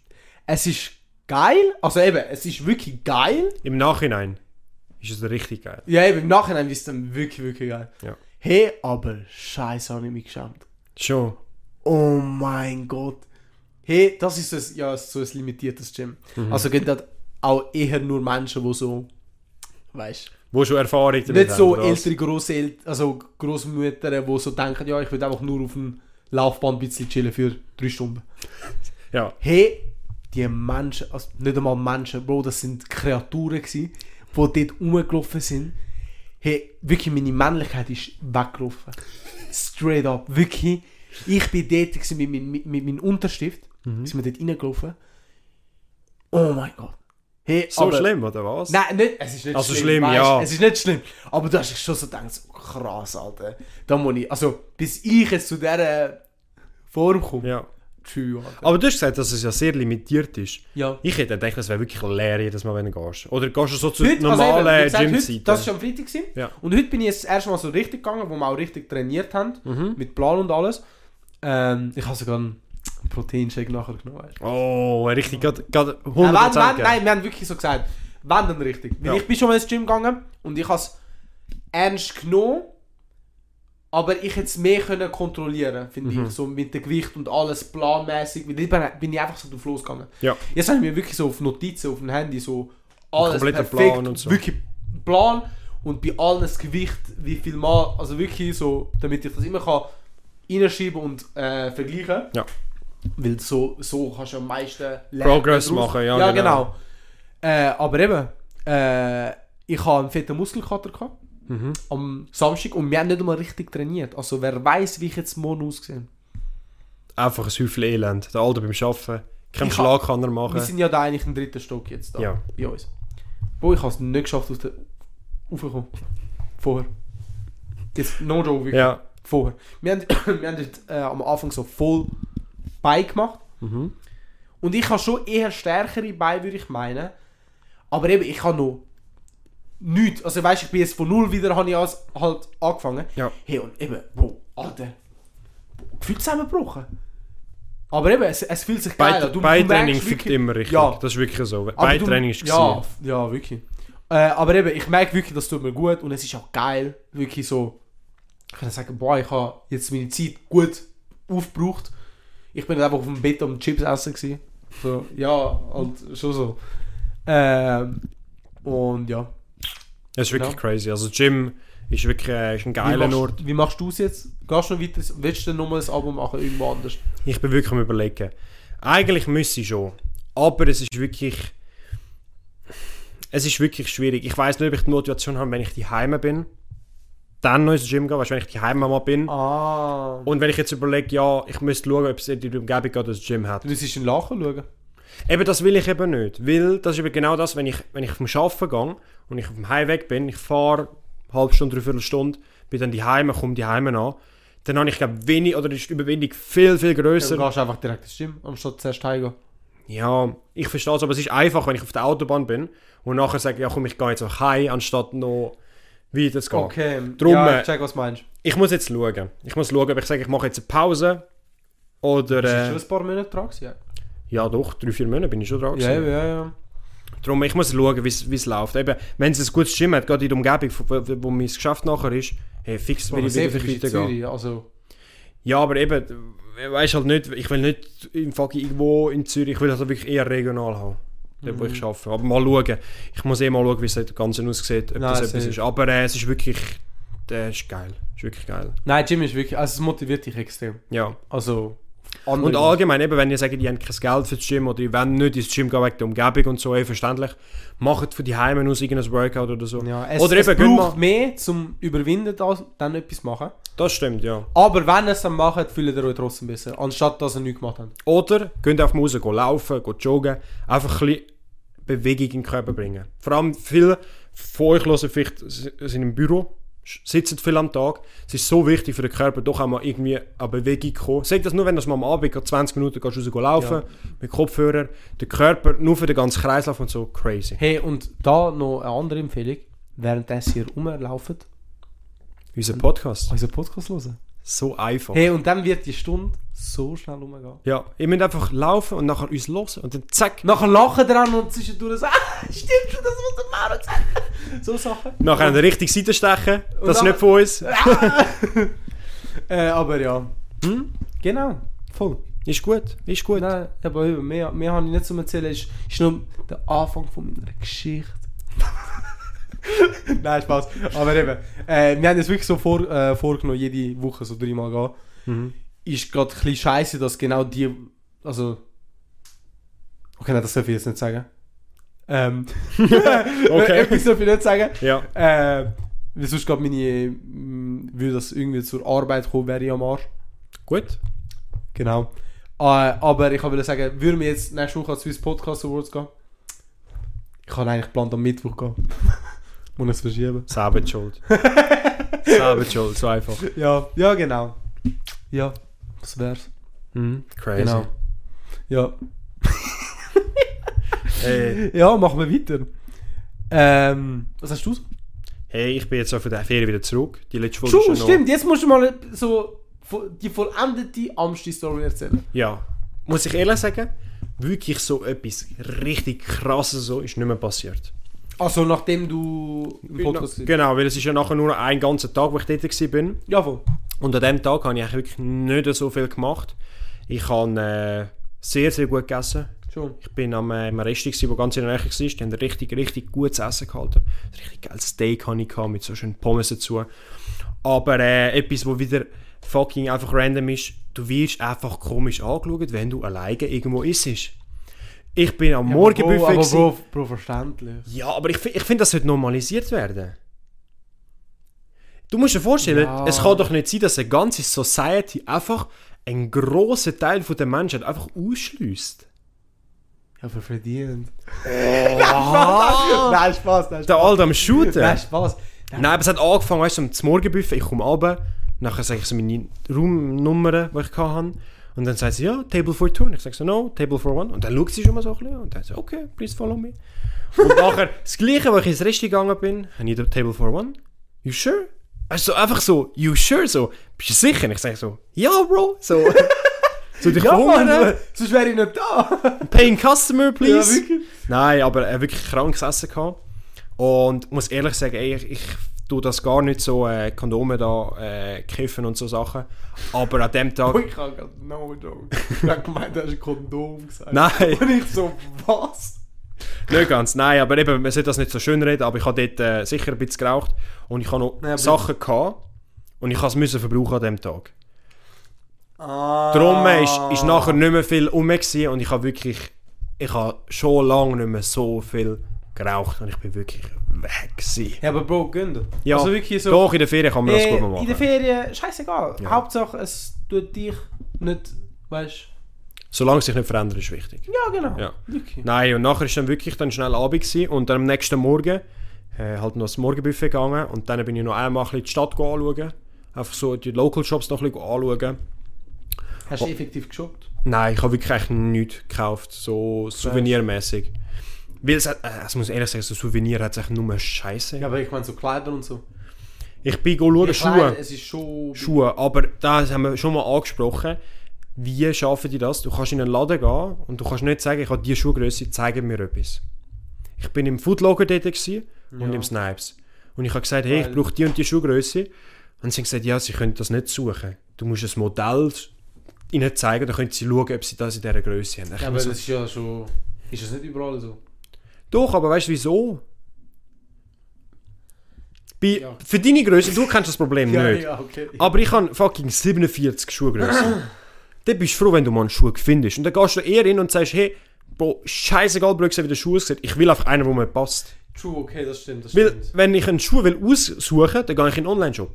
S1: es ist geil. Also eben, es ist wirklich geil.
S3: im Nachhinein ist es richtig geil.
S1: Ja, eben, im Nachhinein ist es dann wirklich, wirklich geil.
S3: Ja.
S1: Hey, aber scheiße, habe ich mich geschämt.
S3: Schon.
S1: Oh mein Gott. Hey, das ist so ein, ja, so ein limitiertes Gym. Also gehen dort auch eher nur Menschen, die so, weißt
S3: Wo schon Erfahrung damit
S1: nicht so
S3: haben, was?
S1: ältere Großel also Großmütter, die so denken, ja, ich will einfach nur auf dem Laufband ein bisschen chillen für drei Stunden.
S3: Ja.
S1: Hey, die Menschen, also nicht einmal Menschen, Bro, das sind Kreaturen gsi, wo dort rumgelaufen sind. Hey, wirklich, meine Männlichkeit ist weggelaufen. Straight up, wirklich. Ich bin dort gsi mit, mit, mit, mit meinem Unterstift,
S3: Mhm.
S1: sind wir dort reingelaufen. Oh mein Gott. Hey,
S3: So
S1: aber-
S3: schlimm, oder was?
S1: Nein, nicht, es ist nicht
S3: Also
S1: schlimm.
S3: schlimm,
S1: weisst,
S3: ja.
S1: Es ist nicht schlimm. Aber du hast dich schon so gedacht, so, krass, Alter. Da muss ich, also, bis ich jetzt zu dieser Form komme.
S3: Ja.
S1: Tschü, Alter.
S3: Aber du hast gesagt, dass es ja sehr limitiert ist.
S1: Ja.
S3: Ich hätte gedacht, es wäre wirklich leer jedes Mal, wenn du gehst. Oder gehst du so zu
S1: Heute, also eben, wie
S3: normalen
S1: gesagt, heute,
S3: Gymzeiten?
S1: das war am Freitag. Gewesen.
S3: Ja.
S1: Und heute bin ich jetzt erstmal so richtig gegangen, wo wir auch richtig trainiert haben.
S3: Mhm.
S1: Mit Plan und alles. Ähm, ich habe sogar einen Proteinshake nachher genommen. Weißt.
S3: Oh, richtig, gerade gerade
S1: Äh, wenn,
S3: 100%
S1: wenn,
S3: gell?
S1: nein, wir haben wirklich so gesagt, wenn dann richtig. Weil
S3: Ja.
S1: ich bin schon mal ins Gym gegangen und ich habe es ernst genommen, aber ich hätte es mehr können kontrollieren finde
S3: Mhm.
S1: ich. So mit dem Gewicht und alles planmäßig. Weil ich bin, bin ich einfach so drauf losgegangen.
S3: Ja.
S1: Jetzt habe ich mir wirklich so auf Notizen, auf dem Handy so alles
S3: kompletten
S1: perfekt,
S3: Plan und so.
S1: wirklich Plan und bei allen das Gewicht, wie viel Mal, also wirklich so, damit ich das immer kann reinschreiben und äh, vergleichen.
S3: Ja.
S1: Weil so, so kannst du am meisten lernen.
S3: Progress machen, ja,
S1: Ja, genau.
S3: genau.
S1: Äh, aber eben, äh, ich habe einen fetten Muskelkater gehabt,
S3: Mhm.
S1: am Samstag und wir haben nicht einmal richtig trainiert. Also wer weiß, wie ich jetzt morgen ausgesehen
S3: Einfach ein Häufchen Elend. Der Alter beim Arbeiten. Keinen
S1: Ich
S3: Schlag kann er
S1: Wir
S3: machen.
S1: sind ja da eigentlich im dritten Stock jetzt da,
S3: Ja.
S1: bei uns. Boah, ich habe es nicht geschafft, aus der... raufzukommen. Vorher. Jetzt, no joke, wirklich.
S3: Ja.
S1: Vorher. Wir haben, wir haben dort, äh, am Anfang so voll Beine gemacht.
S3: Mhm.
S1: Und ich habe schon eher stärkere Beine, würde ich meinen. Aber eben, ich habe noch nichts. Also weißt du, ich bin jetzt von null wieder, habe ich als, halt angefangen.
S3: Ja.
S1: Hey, und eben, wow, Alter. Gefühl zusammengebrochen. Aber eben, es, es fühlt sich geil
S3: Bei-
S1: an. Du- du
S3: Beitraining
S1: merkst
S3: fickt
S1: wirklich-
S3: immer richtig.
S1: Ja.
S3: Das ist wirklich so.
S1: Aber
S3: Beitraining
S1: du-
S3: ist
S1: ja,
S3: gesehen.
S1: f- ja, wirklich. Äh, aber eben, ich merke wirklich, das tut mir gut und es ist auch geil, wirklich so. Ich kann sagen, boah, ich habe jetzt meine Zeit gut aufgebraucht. Ich bin einfach auf dem Bett am Chips essen gewesen. So, ja, und schon so. Ähm, und ja.
S3: Es ist wirklich
S1: Ja.
S3: crazy. Also Gym ist wirklich äh, ist ein
S1: Wie
S3: geiler Ort.
S1: machst, wie machst du es jetzt? Gehst du noch weiter? Willst du denn nochmal ein Album machen, irgendwo anders?
S3: Ich bin wirklich am überlegen. Eigentlich müsste ich schon. Aber es ist wirklich... Es ist wirklich schwierig. Ich weiß nicht, ob ich die Motivation habe, wenn ich die Heime bin. Dann noch ins Gym gehen. Weißt du, wenn ich die Heime mal bin.
S1: Ah.
S3: Und wenn ich jetzt überlege, ja, ich müsste schauen, ob es in der Umgebung gerade ein Gym hat.
S1: Du müsstest in Lachen schauen.
S3: Eben, das will ich eben nicht. Weil das ist eben genau das, wenn ich, wenn ich vom Arbeiten gehe und ich auf dem Heimweg bin, ich fahre eine halbe Stunde, dreiviertel Stunde, bin dann die Heime, komme die Heime an, dann habe ich, glaube wenig, oder ist die Überwindung viel, viel
S1: Dann
S3: grösser.
S1: gehst du einfach direkt ins Gym, anstatt zuerst heimgehen.
S3: Ja, ich verstehe es, aber es ist einfach, wenn ich auf der Autobahn bin und nachher sage, ja komm, ich gehe jetzt auch heim, anstatt noch weiter zu gehen. Drum,
S1: ja,
S3: äh,
S1: ich check, was du meinst.
S3: Ich muss jetzt schauen. Ich muss schauen, ob ich sage, ich mache jetzt eine Pause oder...
S1: Das ist
S3: Äh,
S1: schon ein paar Monate dran gewesen.
S3: ja doch, drei, vier Monate bin ich schon dran
S1: Ja,
S3: gewesen.
S1: ja, ja.
S3: Darum, ich muss schauen, wie es läuft. Eben, wenn es ein gutes Gym hat, gerade in der Umgebung, wo, wo- wo mein Geschäft nachher ist, hey, fix will
S1: Aber
S3: ich
S1: safe
S3: wieder
S1: ist in
S3: weitergehen.
S1: Zürich, also...
S3: Ja, aber eben, weißt halt nicht, ich will nicht im fucking irgendwo in Zürich, ich will das halt wirklich eher regional haben. Dort, wo ich
S1: Mhm.
S3: arbeite. Aber mal schauen. Ich muss eh mal schauen, wie es dort Ganze aussieht, ob
S1: Nein,
S3: das etwas
S1: safe.
S3: ist. Aber äh, es ist wirklich, der ist geil. Ist wirklich geil.
S1: Nein, Gym ist wirklich... Also es motiviert dich extrem.
S3: Ja.
S1: Also...
S3: Und
S1: andere-
S3: allgemein, eben, wenn ihr sagt, ihr habt kein Geld fürs Gym oder ihr wollt nicht ins Gym gehen wegen der Umgebung und so, eh, verständlich, macht von die Heimen aus irgendein Workout oder so.
S1: Ja, es,
S3: Oder
S1: es
S3: eben, geht
S1: braucht mehr zum Überwinden, als dann etwas machen.
S3: Das stimmt, ja.
S1: Aber wenn ihr es dann macht, fühlt ihr euch trotzdem besser, anstatt dass ihr nichts gemacht habt.
S3: Oder geht auf die Maus, geht laufen, geht joggen. Einfach ein bisschen Bewegung in den Körper bringen. Vor allem viele von euch hören vielleicht, sie- sind im Büro, sch- sitzen viel am Tag. Es ist so wichtig für den Körper, doch auch mal irgendwie an Bewegung zu kommen. Sag das nur, wenn du mal am Abend gerade 20 Minuten gehst, raus gehst laufen mit Kopfhörer. Der Körper, nur für den ganzen Kreislauf und so, crazy.
S1: Hey, und da noch eine andere Empfehlung. Währenddessen ihr rumlauft,
S3: Unser Podcast,
S1: unseren Podcast hören.
S3: so einfach.
S1: Hey, und dann wird die Stunde so schnell rumgehen.
S3: Ja, ihr müsst einfach laufen und nachher uns hören und dann zack.
S1: Nachher lachen dran und zwischendurch so, ah, stimmt schon, das was der Mauro gesagt hat. So Sachen.
S3: Nachher an der richtigen Seite stechen,
S1: Und
S3: das ist
S1: nachher-
S3: nicht von uns.
S1: Äh, aber ja. Hm? Genau. Voll.
S3: Ist gut, ist gut.
S1: Nein, aber eben, mehr, mehr habe ich nicht zu erzählen. Ist, ist nur der Anfang von meiner Geschichte. Nein, Spaß. Aber eben, äh, wir haben es wirklich so vor, äh, vorgenommen, jede Woche so dreimal gehen.
S3: Mhm.
S1: Ist gerade ein bisschen scheiße, dass genau die. Also. Okay, nein, das darf ich jetzt nicht sagen. Ähm.
S3: Okay.
S1: Etwas darf ich nicht sagen.
S3: Ja.
S1: Äh, weil sonst gerade meine. mm, Würde das irgendwie zur Arbeit kommen, wäre ich am Arsch.
S3: Gut.
S1: Genau. Äh, aber ich wollte sagen, würden wir jetzt nächste Woche an Swiss Podcast Awards gehen? Ich habe eigentlich geplant, am Mittwoch gehen. Muss es verschieben.
S3: Selber die schuld. Selber die schuld, so einfach.
S1: Ja, ja, genau. Ja, das wär's.
S3: Crazy.
S1: Genau. Ja,
S3: Hey,
S1: ja machen wir weiter. Ähm, was hast du?
S3: hey, ich bin jetzt auch von der Ferien wieder zurück. Die letzte Folge
S1: Schuh,
S3: ist ja noch-
S1: stimmt. Jetzt musst du mal so vo- die vollendete Amsti-Story erzählen.
S3: Ja. Muss ich ehrlich sagen, wirklich so etwas richtig krasses so ist nicht mehr passiert.
S1: Also, nachdem du im Podcast...
S3: Genau, weil es ist ja nachher nur ein ganzer Tag, wo ich dort war.
S1: Ja, voll.
S3: Und an dem Tag habe ich eigentlich wirklich nicht so viel gemacht. Ich habe äh, sehr, sehr gut gegessen.
S1: Schon.
S3: Ich bin am äh, im Restaurant, gewesen, wo ganz in der Nähe war. Die haben richtig, richtig gutes Essen gehalten. Ein richtig geiles Steak hatte ich gehabt, mit so schönen Pommes dazu. Aber äh, etwas, wo wieder fucking einfach random ist, du wirst einfach komisch angeschaut, wenn du alleine irgendwo isst. Ich bin am
S1: Ja, aber Bro,
S3: Morgenbuffet.
S1: aber
S3: gewesen.
S1: Bro, Bro, verständlich.
S3: Ja, aber ich, fi- ich finde, das sollte normalisiert werden. Du musst dir vorstellen,
S1: Ja.
S3: es kann doch nicht sein, dass eine ganze Society einfach einen grossen Teil der Menschen einfach ausschließt.
S1: Ja, aber verdient.
S3: Oh.
S1: Nein, Spaß, nein,
S3: Der Alter am Shooten.
S1: Nein, Spaß. Nein,
S3: Nein, aber es hat angefangen, weißt du, um zum Morgenbuffet, ich komme runter, nachher sage ich so meine Raumnummern, die ich hatte. Und dann sagt sie, ja, Table for two. Und ich sage so, no, Table for one. Und dann schaut sie schon mal so ein bisschen. Und dann sagt sie, okay, please follow me. Und nachher, das Gleiche, wo ich ins Rest gegangen bin, habe ich da Table for one. You sure? Weißt du, so einfach so, you sure? So, bist du sicher? Und ich sage so, ja, bro. So, so dich
S1: ja, Mann,
S3: wundern.
S1: äh, sonst wäre ich nicht da.
S3: Paying customer, please.
S1: Ja, wirklich.
S3: Nein, aber er hat wirklich krankes Essen gehabt. Und muss ehrlich sagen, ey, ich, ich tue das gar nicht so, äh, Kondome da, äh, kiffen und so Sachen. Aber an dem
S1: Oh,
S3: Tag.
S1: ich habe gerade no joke. Ich habe gemeint, du hast ein Kondom gesagt.
S3: Nein,
S1: Und ich so, was?
S3: nicht ganz. Nein, aber eben, man sollte das nicht so schön reden, aber ich habe dort äh, sicher ein bisschen geraucht. Und ich habe noch
S1: Ja, aber-
S3: Sachen gehabt. Und ich habe es müssen verbrauchen an dem Tag.
S1: Ah.
S3: Darum äh, ist, ist nachher nicht mehr viel rum gewesen und ich habe wirklich, ich habe schon lange nicht mehr so viel geraucht und ich bin wirklich weg gewesen.
S1: Ja, aber Bro, gönn dir.
S3: Ja,
S1: Also wirklich so...
S3: doch, in der Ferien kann man das
S1: äh,
S3: gut mal machen.
S1: in der Ferien, scheißegal.
S3: Ja.
S1: Hauptsache, es tut dich nicht, weißt
S3: Solange es sich nicht verändert, ist wichtig.
S1: Ja, genau.
S3: Ja. Nou,
S1: Wirklich.
S3: Nein, und nachher ist dann wirklich dann schnell Abend gewesen und dann am nächsten Morgen äh, halt noch das Morgenbuffet gegangen und dann bin ich noch einmal ein bisschen die Stadt anschauen. Einfach so die Local Shops noch ein bisschen anschauen.
S1: Hast
S3: oh.
S1: du effektiv geschockt?
S3: Nein, ich habe wirklich eigentlich nichts gekauft, so souvenirmäßig. Weil es, hat, äh, es muss ehrlich sagen, so Souvenir hat es eigentlich nur Scheiße.
S1: Ja, aber ich meine so Kleider und so.
S3: Ich bin schauen,
S1: Die
S3: Schuhe.
S1: Kleider, Es ist schon...
S3: Schuhe, aber das haben wir schon mal angesprochen. Wie schaffen die das? Du kannst in einen Laden gehen und du kannst nicht sagen, ich habe diese Schuhgröße, zeig mir etwas. Ich Ich bin im Foodlogger dort gewesen und
S1: Ja.
S3: im Snipes. Und ich habe gesagt, hey, ich
S1: Geil.
S3: brauche die und die Schuhgröße. Und sie haben gesagt, ja, sie können das nicht suchen. Du musst ein Modell ihnen zeigen, dann können sie schauen, ob sie das in dieser Größe haben. Ich
S1: Ja,
S3: bin
S1: aber das
S3: so,
S1: ist ja schon. Ist das nicht überall so?
S3: Doch, aber weißt du wieso? Bei,
S1: Ja.
S3: Für deine Größe, du kennst das Problem nicht.
S1: ja, okay.
S3: Aber ich habe fucking 47 Schuhgrößen. dann bist du froh, wenn du mal einen Schuh findest. Und dann gehst du eher hin und sagst, hey, Bro, scheißegal, Brück, wie der Schuh aussieht. Ich will einfach einen, der mir passt.
S1: True, okay, das stimmt. Das
S3: Weil,
S1: stimmt.
S3: wenn ich einen Schuh will aussuchen dann gehe ich in einen Online-Shop.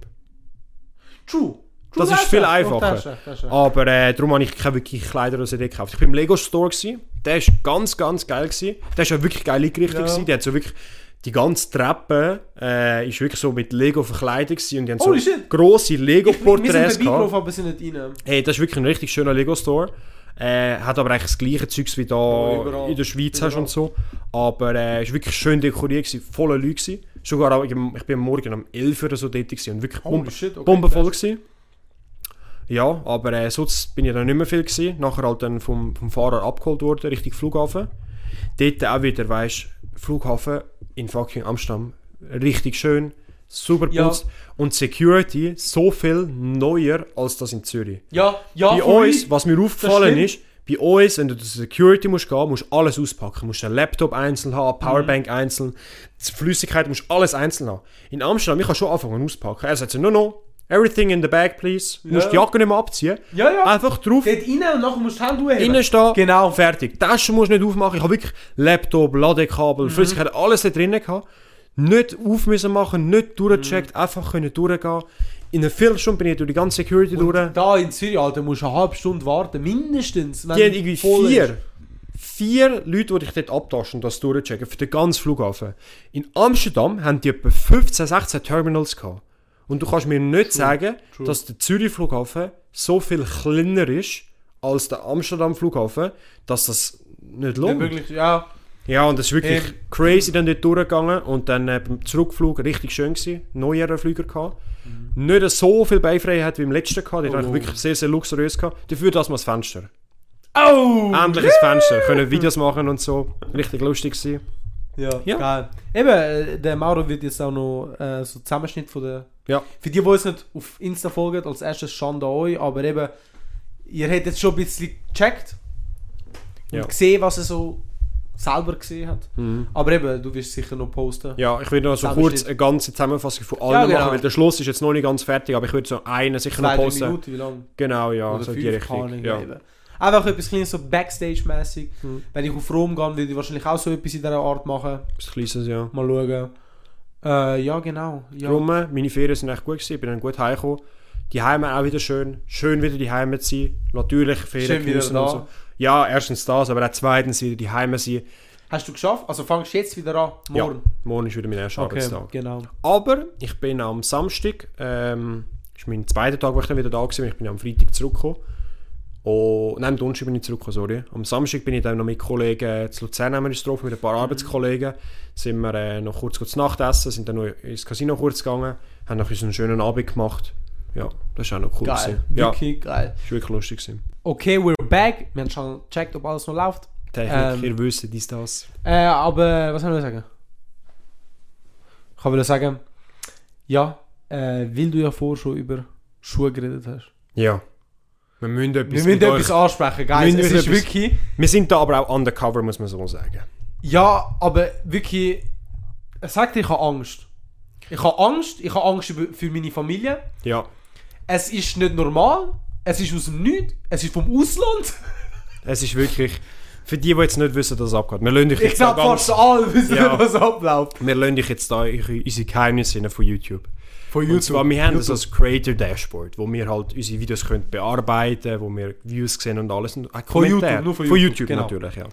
S1: True. True
S3: Das
S1: hast
S3: ist viel
S1: recht.
S3: einfacher.
S1: Doch, das hast recht, das hast recht.
S3: Aber äh, darum habe ich keine wirklich Kleider oder so gekauft. Ich war im Lego Store. Gewesen. Der war ganz, ganz geil. Gewesen. Der war ja wirklich geil eingerichtet.
S1: Ja.
S3: Gewesen. Der hat so wirklich die ganze Treppe äh, ist wirklich so mit Lego verkleidet gewesen. und die haben
S1: Holy
S3: so
S1: shit.
S3: grosse
S1: Wir sind
S3: Lego-Porträts
S1: dabei
S3: gehabt.
S1: drauf, aber sind nicht rein.
S3: Hey, das ist wirklich ein richtig schöner Lego-Store. Äh, hat aber eigentlich das gleiche Zeugs wie da
S1: Ja, überall.
S3: in der Schweiz hast
S1: Überall.
S3: und so. Aber äh, ist wirklich schön dekoriert, gewesen, voller Leute. Gewesen. Sogar auch, ich, ich bin am morgen um 11 Uhr oder so dort gewesen und wirklich
S1: Holy
S3: bombe,
S1: shit, okay,
S3: bombenvoll
S1: krass.
S3: gewesen. Ja, aber äh, sonst bin ich dann nicht mehr viel gewesen. Nachher halt dann vom, vom Fahrer abgeholt worden, Richtung Flughafen. Dort auch wieder, weißt du, Flughafen in fucking Amsterdam. Richtig schön, super
S1: Ja.
S3: geputzt. Und Security so viel neuer als das in Zürich.
S1: Ja, ja,
S3: Bei
S1: voll.
S3: uns, was mir aufgefallen
S1: Das
S3: ist, bei uns, wenn du zur Security musst gehen, musst du alles auspacken. Du musst einen Laptop einzeln haben, Powerbank
S1: Mhm.
S3: einzeln, die Flüssigkeit, du musst alles einzeln haben. In Amsterdam, ich kann schon anfangen auspacken. Er sagt so, no, no, everything in the bag, please. Du musst die
S1: Ja.
S3: Jacke nicht mehr abziehen.
S1: Ja, ja.
S3: Einfach drauf,
S1: Geht rein und nachher musst du die Hände heben.
S3: Ah. innen stehen,
S1: Genau.
S3: fertig. Taschen musst du nicht aufmachen. Ich habe wirklich Laptop, Ladekabel,
S1: Mhm.
S3: Flüssigkeit, alles da drinnen gehabt. Nicht auf müssen machen, nicht durchgecheckt,
S1: Mhm.
S3: einfach können durchgehen. In einer Viertelstunde bin ich durch die ganze Security durch.
S1: Da in Zürich, Alter, musst du eine halbe Stunde warten, mindestens. wenn
S3: Die haben irgendwie
S1: voll
S3: vier.
S1: ist.
S3: Vier Leute, die dich dort abtaschen und das durchchecken, für den ganzen Flughafen. In Amsterdam haben die etwa 15, 16 Terminals gehabt. Und du kannst mir nicht sagen,
S1: true.
S3: dass der Zürich Flughafen so viel kleiner ist als der Amsterdam Flughafen, dass das nicht
S1: Ja,
S3: lohnt.
S1: wirklich, ja.
S3: Ja, und das ist wirklich
S1: Ähm.
S3: crazy dann dort durchgegangen und dann äh, beim Zurückflug richtig schön gewesen, neuer Flüger gehabt. Nicht so viel Beifreiheit wie im letzten gehabt, die
S1: Mhm. Oh,
S3: war
S1: wow.
S3: wirklich sehr, sehr luxuriös gehabt. Dafür das mal das Fenster.
S1: Oh!
S3: Endlich ein Fenster, können Videos machen und so. Richtig lustig sein.
S1: Ja,
S3: Ja.
S1: geil. Eben, äh, der Mauro wird jetzt auch noch äh, so Zusammenschnitt von der.
S3: Ja.
S1: Für die, die uns nicht auf Insta folgen, als erstes Schande an euch, aber eben, ihr habt jetzt schon ein bisschen gecheckt und
S3: Ja.
S1: gesehen, was er so selber gesehen hat. Aber eben, du wirst sicher noch posten.
S3: Ja, ich würde noch so
S1: Zusammen
S3: kurz
S1: steht-
S3: eine ganze Zusammenfassung von allem
S1: Ja, genau.
S3: machen, weil der Schluss ist jetzt noch nicht ganz fertig, aber ich würde so einen sicher
S1: Zwei,
S3: noch
S1: drei
S3: posten.
S1: Minuten, wie lange?
S3: Genau, ja,
S1: oder
S3: so
S1: fünf,
S3: die
S1: keine Ahnung,
S3: Richtung. Ja.
S1: eben. Einfach etwas kleines, so Backstage-mäßig.
S3: Mhm.
S1: Wenn ich auf Rom gehe, würde ich wahrscheinlich auch so etwas in dieser Art machen.
S3: Etwas Kleines, ja.
S1: Mal schauen. Äh, ja, genau. Ja.
S3: Drum, äh, meine Ferien sind echt gut gewesen, ich bin dann gut heimgekommen. Die Heime auch wieder schön. Schön wieder die Heime zu sein. Natürlich Ferien
S1: Schön wieder
S3: geniessen
S1: da.
S3: und so. Ja, erstens das, aber auch zweitens wieder die Heime sein.
S1: Hast du geschafft? Also fangst du jetzt wieder an, morgen.
S3: Ja, morgen ist wieder mein erster Arbeitstag.
S1: genau.
S3: Aber ich bin am Samstag, ähm, ist mein zweiter Tag, wo ich dann wieder da war, ich bin am Freitag zurückgekommen. Oh, nein, am Donnerstag bin ich zurückgekommen, sorry. Am Samstag bin ich dann noch mit Kollegen zu Luzern haben wir uns getroffen, mit ein paar Arbeitskollegen. Sind wir äh, noch kurz kurz Nachtessen, sind dann noch ins Casino kurz gegangen, haben noch uns einen schönen Abend gemacht. Ja, das ist auch noch cool.
S1: Geil.
S3: gewesen. Ja,
S1: Wirklich geil.
S3: ist wirklich lustig. Gewesen.
S1: Okay, we're back. Wir haben schon gecheckt, ob alles noch läuft.
S3: Technik,
S1: Ähm.
S3: ihr wisst dies, das.
S1: Äh, aber was soll ich sagen? Ich wollte sagen, ja, äh, weil du ja vorher schon über Schuhe geredet hast.
S3: Ja. Wir müssen etwas
S1: Wir müssen
S3: mit euch-
S1: etwas ansprechen, guys.
S3: Wir
S1: Es
S3: müssen
S1: ist
S3: etwas-
S1: wirklich...
S3: wir sind da aber auch undercover, muss man so sagen.
S1: Ja, aber wirklich... Er sagt, ich habe Angst. Ich habe Angst. Ich habe Angst über- für meine Familie.
S3: Ja.
S1: Es ist nicht normal. Es ist aus dem Nichts. Es ist vom Ausland.
S3: Es ist wirklich, für die, die jetzt nicht wissen, dass es abgeht, wir lassen euch
S1: Ich
S3: jetzt, da
S1: glaube fast
S3: ganz,
S1: alle wissen,
S3: Ja.
S1: was abläuft.
S3: wir lassen euch jetzt da eure- unsere Geheimnisse rein von YouTube.
S1: Von
S3: Und zwar, wir haben so ein Creator Dashboard, wo wir halt unsere Videos können bearbeiten wo wir Views sehen und alles. Und auch Kommentare.
S1: YouTube, nur von
S3: Von
S1: YouTube,
S3: YouTube
S1: genau.
S3: natürlich, ja.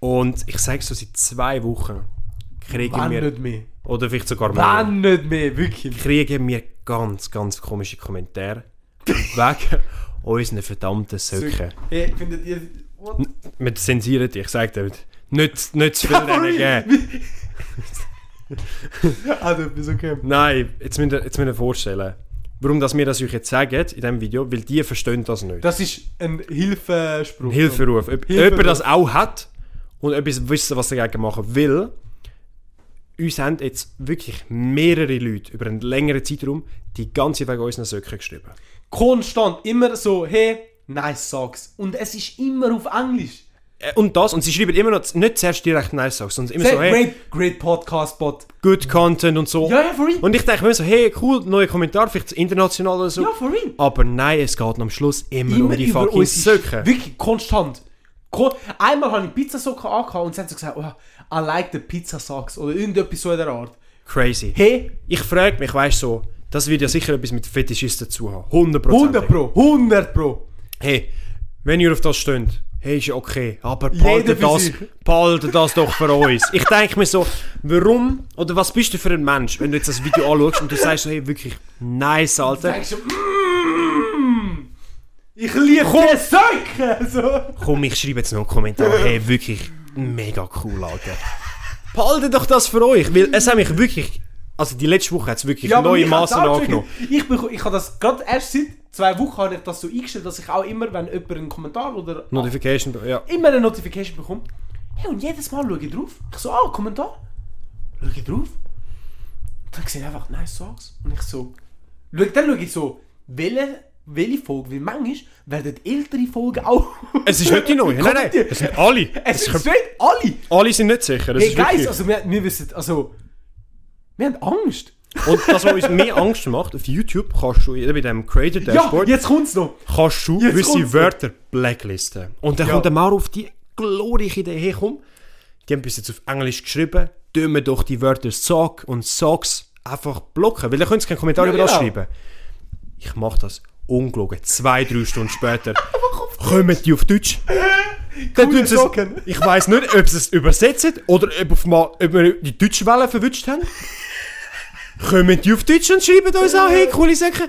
S3: Und ich sage so, seit zwei Wochen kriegen
S1: Wenn
S3: wir,
S1: nicht mehr.
S3: oder vielleicht sogar mehr,
S1: Wenn nicht mehr, wirklich.
S3: kriegen wir ganz, ganz komische Kommentare wegen unseren verdammten Söcken.
S1: Hey, findet ihr... What?
S3: Wir zensieren dich, ich sage dir. Nicht, nicht zu viel
S1: For
S3: denen
S1: real?
S3: geben.
S1: ah, du bist okay.
S3: Nein, jetzt müsst ihr, jetzt müsst ihr vorstellen, warum dass wir das euch jetzt sagen in diesem Video, weil die verstehen das nicht.
S1: Das ist ein Hilfespruch.
S3: Hilferuf. Ob
S1: Hilferuf.
S3: jemand das auch hat und etwas wissen, was er dagegen machen will. Uns haben jetzt wirklich mehrere Leute über einen längeren Zeitraum die ganze Zeit wegen unseren Söcken geschrieben.
S1: Konstant, immer so, hey, nice Socks. Und es ist immer auf Englisch.
S3: Äh, Und das, und sie schreiben immer noch, nicht zuerst direkt nice Socks, sondern immer
S1: Sehr
S3: so, hey,
S1: great, great Podcast-Bot.
S3: good Content und so.
S1: Ja, ja, for real.
S3: Und ich denke mir so, hey, cool, neuer Kommentar, vielleicht international oder so.
S1: Ja, for real.
S3: Aber nein, es geht am Schluss immer, um die
S1: über
S3: fucking
S1: unsere-
S3: Socken.
S1: Wirklich konstant. Kon Einmal habe ich Pizzasocken angehabt und sie haben so gesagt, oh, I like the Pizza Socks oder irgendetwas so in der Art.
S3: Crazy.
S1: Hey,
S3: Ich frage mich, weißt du, so, das wird ja sicher etwas mit Fetischisten zu haben. 100%.
S1: 100 Pro, 100 Pro.
S3: Hey, wenn ihr auf das stöhnt, hey, ist ja okay, aber
S1: Jeder
S3: behaltet
S1: für
S3: das,
S1: sich.
S3: behaltet das doch für uns. Ich denke mir so, warum oder was bist du für ein Mensch, wenn du jetzt das Video anschaust und du sagst so, hey, wirklich nice, Alter,
S1: Denkst du, mm, ich liebe die Socken. So.
S3: komm, ich schreibe jetzt noch einen Kommentar, hey, wirklich mega cool, Alter. Behaltet doch das für euch, weil es haben mich wirklich, also die letzte Woche hat es wirklich
S1: aber
S3: neue
S1: mich hat's
S3: Maßnahmen
S1: auch
S3: angenommen.
S1: triggert. Ich, beko- ich habe das gerade erst seit zwei Wochen habe ich das so eingestellt, dass ich auch immer, wenn jemand einen Kommentar oder
S3: Notification, ja.
S1: immer eine Notification bekomme. Hey, und jedes Mal schaue ich drauf. Ich so, ah, Kommentar. Schaue ich drauf. Und dann sehe ich einfach nice Songs. Und ich so. Schau, dann schaue ich so, welche, welche Folge, weil manchmal werden ältere Folgen auch.
S3: Es ist nicht die neue, nein, nein, es sind alle.
S1: es
S3: Es
S1: sind
S3: ist,
S1: straight alle.
S3: alle sind nicht sicher, das
S1: Hey,
S3: ist
S1: Guys,
S3: wirklich...
S1: also wir, wir wissen, also. Wir haben Angst.
S3: Und das, was uns mehr Angst macht, auf YouTube kannst du eben bei dem Creator
S1: Ja,
S3: Dashboard,
S1: jetzt kommt's noch.
S3: kannst du
S1: jetzt
S3: gewisse
S1: kommt's.
S3: Wörter blacklisten. Und dann
S1: Ja.
S3: kommt der Mauro auf die glorreiche Idee, hey komm, die haben bis jetzt auf Englisch geschrieben, tun wir doch die Wörter Sock und Socks einfach blocken, weil dann können sie keinen Kommentar
S1: Ja,
S3: über das
S1: genau.
S3: schreiben. Ich mache das ungelogen, zwei, drei Stunden später. Kommen die auf Deutsch? Dann
S1: Coole
S3: tun sie es,
S1: Socken.
S3: ich weiss nicht, ob sie es übersetzen oder ob, auf mal, ob wir die deutsche Welle verwünscht haben. Kommen die auf Deutsch und schreiben uns auch, hey, coole Säcke.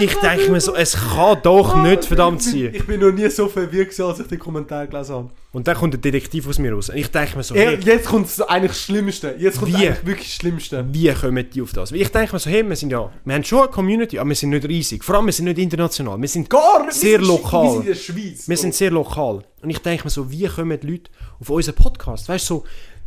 S3: Ich denke mir so, es kann doch nicht verdammt sein.
S1: Ich bin noch nie so verwirrt, gewesen, als ich den Kommentar gelesen habe.
S3: Und dann kommt der Detektiv aus mir raus. Und ich denke mir so,
S1: Ja,
S3: hey,
S1: Jetzt kommt's das eigentlich Schlimmste. Jetzt kommt's
S3: Wie?
S1: eigentlich wirklich Schlimmste.
S3: wie kommen die auf das? Weil ich denke mir so, hey, wir sind ja, wir haben schon eine Community, aber wir sind nicht riesig. Vor allem, wir sind nicht international. Wir sind,
S1: Gar wir
S3: Sehr
S1: sind-
S3: lokal.
S1: Wir sind in der Schweiz.
S3: wir
S1: so.
S3: sind sehr lokal. Und ich denke mir so, wie kommen die Leute auf unseren Podcast? Weißt du, so,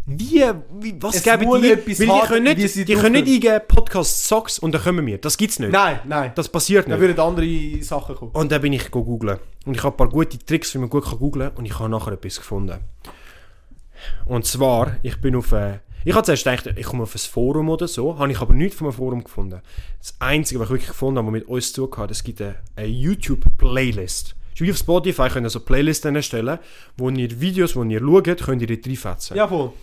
S3: wie, wie was
S1: Es
S3: geben
S1: muss
S3: die? Weil
S1: etwas
S3: die
S1: haben,
S3: können
S1: wie
S3: nicht,
S1: sie
S3: die können
S1: draufkommen.
S3: nicht eingeben, Podcast Socks und dann kommen wir. Das gibt's nicht.
S1: Nein, nein.
S3: Das passiert
S1: Da
S3: nicht.
S1: würden andere Sachen kommen.
S3: Und dann bin ich go googlen. Und ich habe ein paar gute Tricks, wie man gut kann googlen kann. Und ich habe nachher etwas gefunden. Und zwar, ich bin auf... Äh, ich habe zuerst gedacht, ich komme auf ein Forum oder so. Habe ich aber nichts von einem Forum gefunden. Das Einzige, was ich wirklich gefunden habe, was mit uns zu tun hat, es gibt eine, eine YouTube-Playlist. Zum Beispiel auf Spotify könnt ihr so Playlisten erstellen, wo ihr Videos, die ihr schaut, könnt ihr dort reinfetzen.
S1: Jawohl.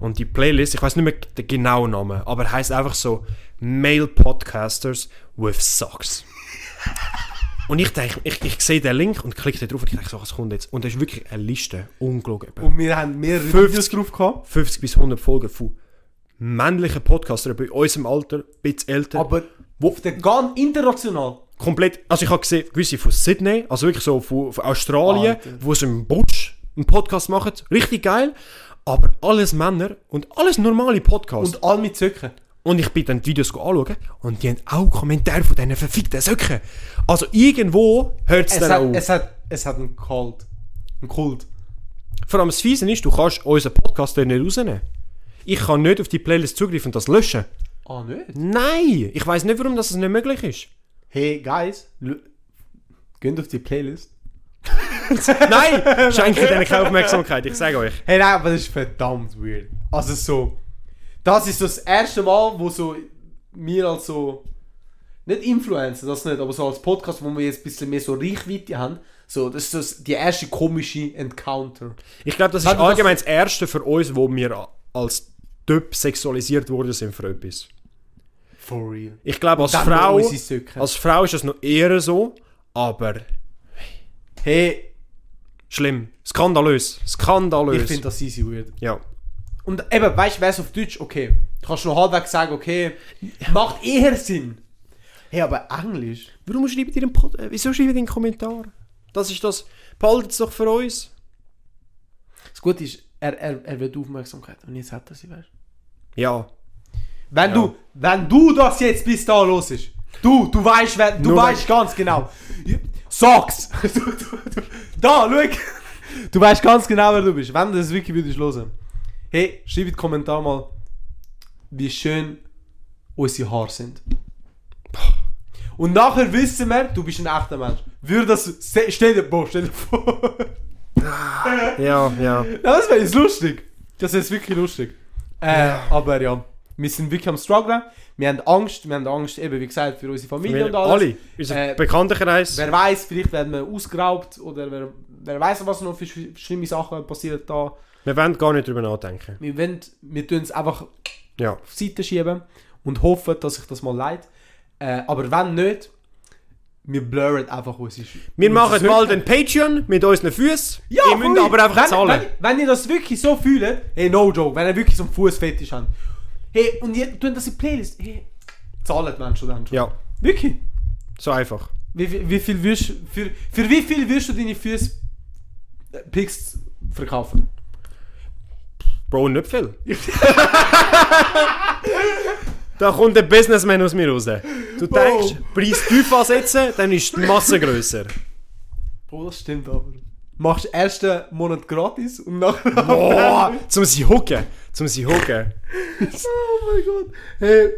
S3: Und die Playlist, ich weiß nicht mehr den genauen Namen, aber heißt einfach so Male Podcasters with Socks. und ich denke, ich, ich sehe den Link und klicke da drauf und ich denke so, was kommt jetzt? Und da ist wirklich eine Liste, ungelogen. etwa
S1: Und wir haben mehrere
S3: 50
S1: Videos drauf gehabt.
S3: 50 bis 100 Folgen von männlichen Podcastern bei unserem Alter, ein bisschen älter.
S1: Aber wo auf der Gan international.
S3: komplett, also ich habe gesehen, gewisse von Sydney, also wirklich so von, von Australien,
S1: Alter.
S3: wo sie im Butsch einen Podcast machen, richtig geil. Aber alles Männer und alles normale Podcasts.
S1: Und alle mit Zöcken.
S3: Und ich bin dann die Videos anschauen und die haben auch Kommentare von diesen verfickten Söcken. Also irgendwo hört es
S1: Es
S3: dann
S1: hat,
S3: auch auf.
S1: es, hat, es hat einen Kult. Ein Kult.
S3: Vor allem das Fiese ist, du kannst unseren Podcast dann nicht rausnehmen. Ich kann nicht auf die Playlist zugreifen und das löschen.
S1: Ah, nicht?
S3: Nein! Ich weiß nicht, warum das nicht möglich ist.
S1: Hey, Guys. l- Geht auf die Playlist.
S3: Nein! Schenkt denen keine Aufmerksamkeit, ich sage euch.
S1: Hey, nein, aber das ist verdammt weird. Also so, das ist so das erste Mal, wo so wir als so, nicht Influencer, das nicht, aber so als Podcast, wo wir jetzt ein bisschen mehr so Reichweite haben, so, das ist so das- die erste komische Encounter.
S3: Ich glaube, das ist
S1: Hat du das-
S3: allgemein das Erste für uns, wo wir a- als Typ sexualisiert worden sind für etwas.
S1: For real.
S3: Ich glaube, als
S1: Dann noch
S3: Frau,
S1: unsere Söcke.
S3: als Frau ist das noch eher so, aber
S1: Hey,
S3: Schlimm. Skandalös. Skandalös.
S1: ich finde das easy weird.
S3: ja.
S1: Und eben, weißt du, wär's auf Deutsch, okay, kannst du noch halbwegs sagen, okay, macht eher Sinn. Hey, aber Englisch?
S3: Warum schreibt ihr einen Pod äh, Wieso schreibt ihr einen Kommentar? Das ist das. Behaltet es doch für uns.
S1: Das Gute ist, er, er, er will Aufmerksamkeit und jetzt hat er sie, weißt du.
S3: Ja.
S1: Wenn, du, wenn du das jetzt bis da los ist, du, du weißt, wer- du
S3: Nur
S1: weißt ganz genau. Sag's! Du, du, du. Da, schau! Du weißt ganz genau, wer du bist. Wenn du das wirklich würdest hören. Hey, schreib in die Kommentare mal, wie schön unsere Haare sind. Und nachher wissen wir, du bist ein echter Mensch. Würde das. se- Stell dir, boah, stell dir vor.
S3: Ja, ja.
S1: Ja, das wäre jetzt lustig. Das ist wirklich lustig. Äh, aber ja, wir sind wirklich am strugglen. Wir haben Angst, wir haben Angst, eben wie gesagt, für unsere Familie und alles.
S3: Alle. Unser
S1: Äh,
S3: Bekanntenkreis.
S1: Wer weiß, vielleicht werden wir ausgeraubt oder wer, wer weiß, was noch für sch- schlimme Sachen passieren da.
S3: Wir wollen gar nicht drüber nachdenken.
S1: Wir, wollen- wir tun es einfach
S3: Ja.
S1: auf die Seite schieben und hoffen, dass sich das mal leid. Äh, aber wenn nicht, wir blurren einfach unsere Sch-
S3: Wir machen
S1: unsere
S3: mal den Patreon mit unseren Füßen.
S1: Ja,
S3: Ihr müsst
S1: voll.
S3: aber einfach
S1: wenn,
S3: zahlen.
S1: Wenn, wenn ihr das wirklich so fühlt, hey, no joke, wenn ihr wirklich so einen Fußfetisch habt, hey, und ihr tut das in die Playlist, hey, zahlt Menschen dann schon.
S3: Ja,
S1: Wirklich?
S3: so einfach.
S1: Wie, wie, wie viel wirst, für, für wie viel wirst du deine Füße äh, Picks verkaufen?
S3: Bro, nicht viel. da kommt der Businessman aus mir raus. Du denkst, Preis tief ansetzen, dann ist die Masse grösser.
S1: Oh, das stimmt aber. Machst den ersten Monat gratis und nachher...
S3: Boah, zum sie hucken. Zum sie hucken.
S1: Oh mein Gott. Hey,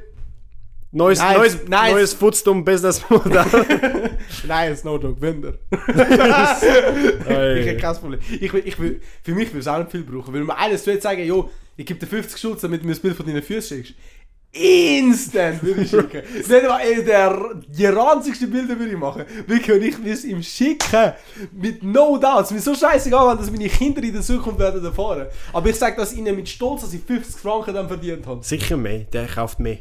S3: Neues,
S1: Nice,
S3: neues,
S1: nice.
S3: neues Footstum-Business-Modell.
S1: nein, es no joke, wenn der. Ich hätte kein Problem. Ich, will- ich will, für mich würde es auch nicht viel brauchen. Wenn mir eines würde sagen, jo, ich gebe dir 50 Schutz, damit du mir das Bild von deinen Füßen schickst. Instant würde ich schicken. Das wäre mal, ey, der, die ranzigsten Bilder würde ich machen. Wirklich, und ich würde es ihm schicken. Mit no doubt. Es ist mir so scheißegal, wenn das meine Kinder in der Zukunft werden erfahren. Aber ich sage das ihnen mit Stolz, dass ich 50 Franken dann verdient habe.
S3: Sicher mehr, der kauft mehr.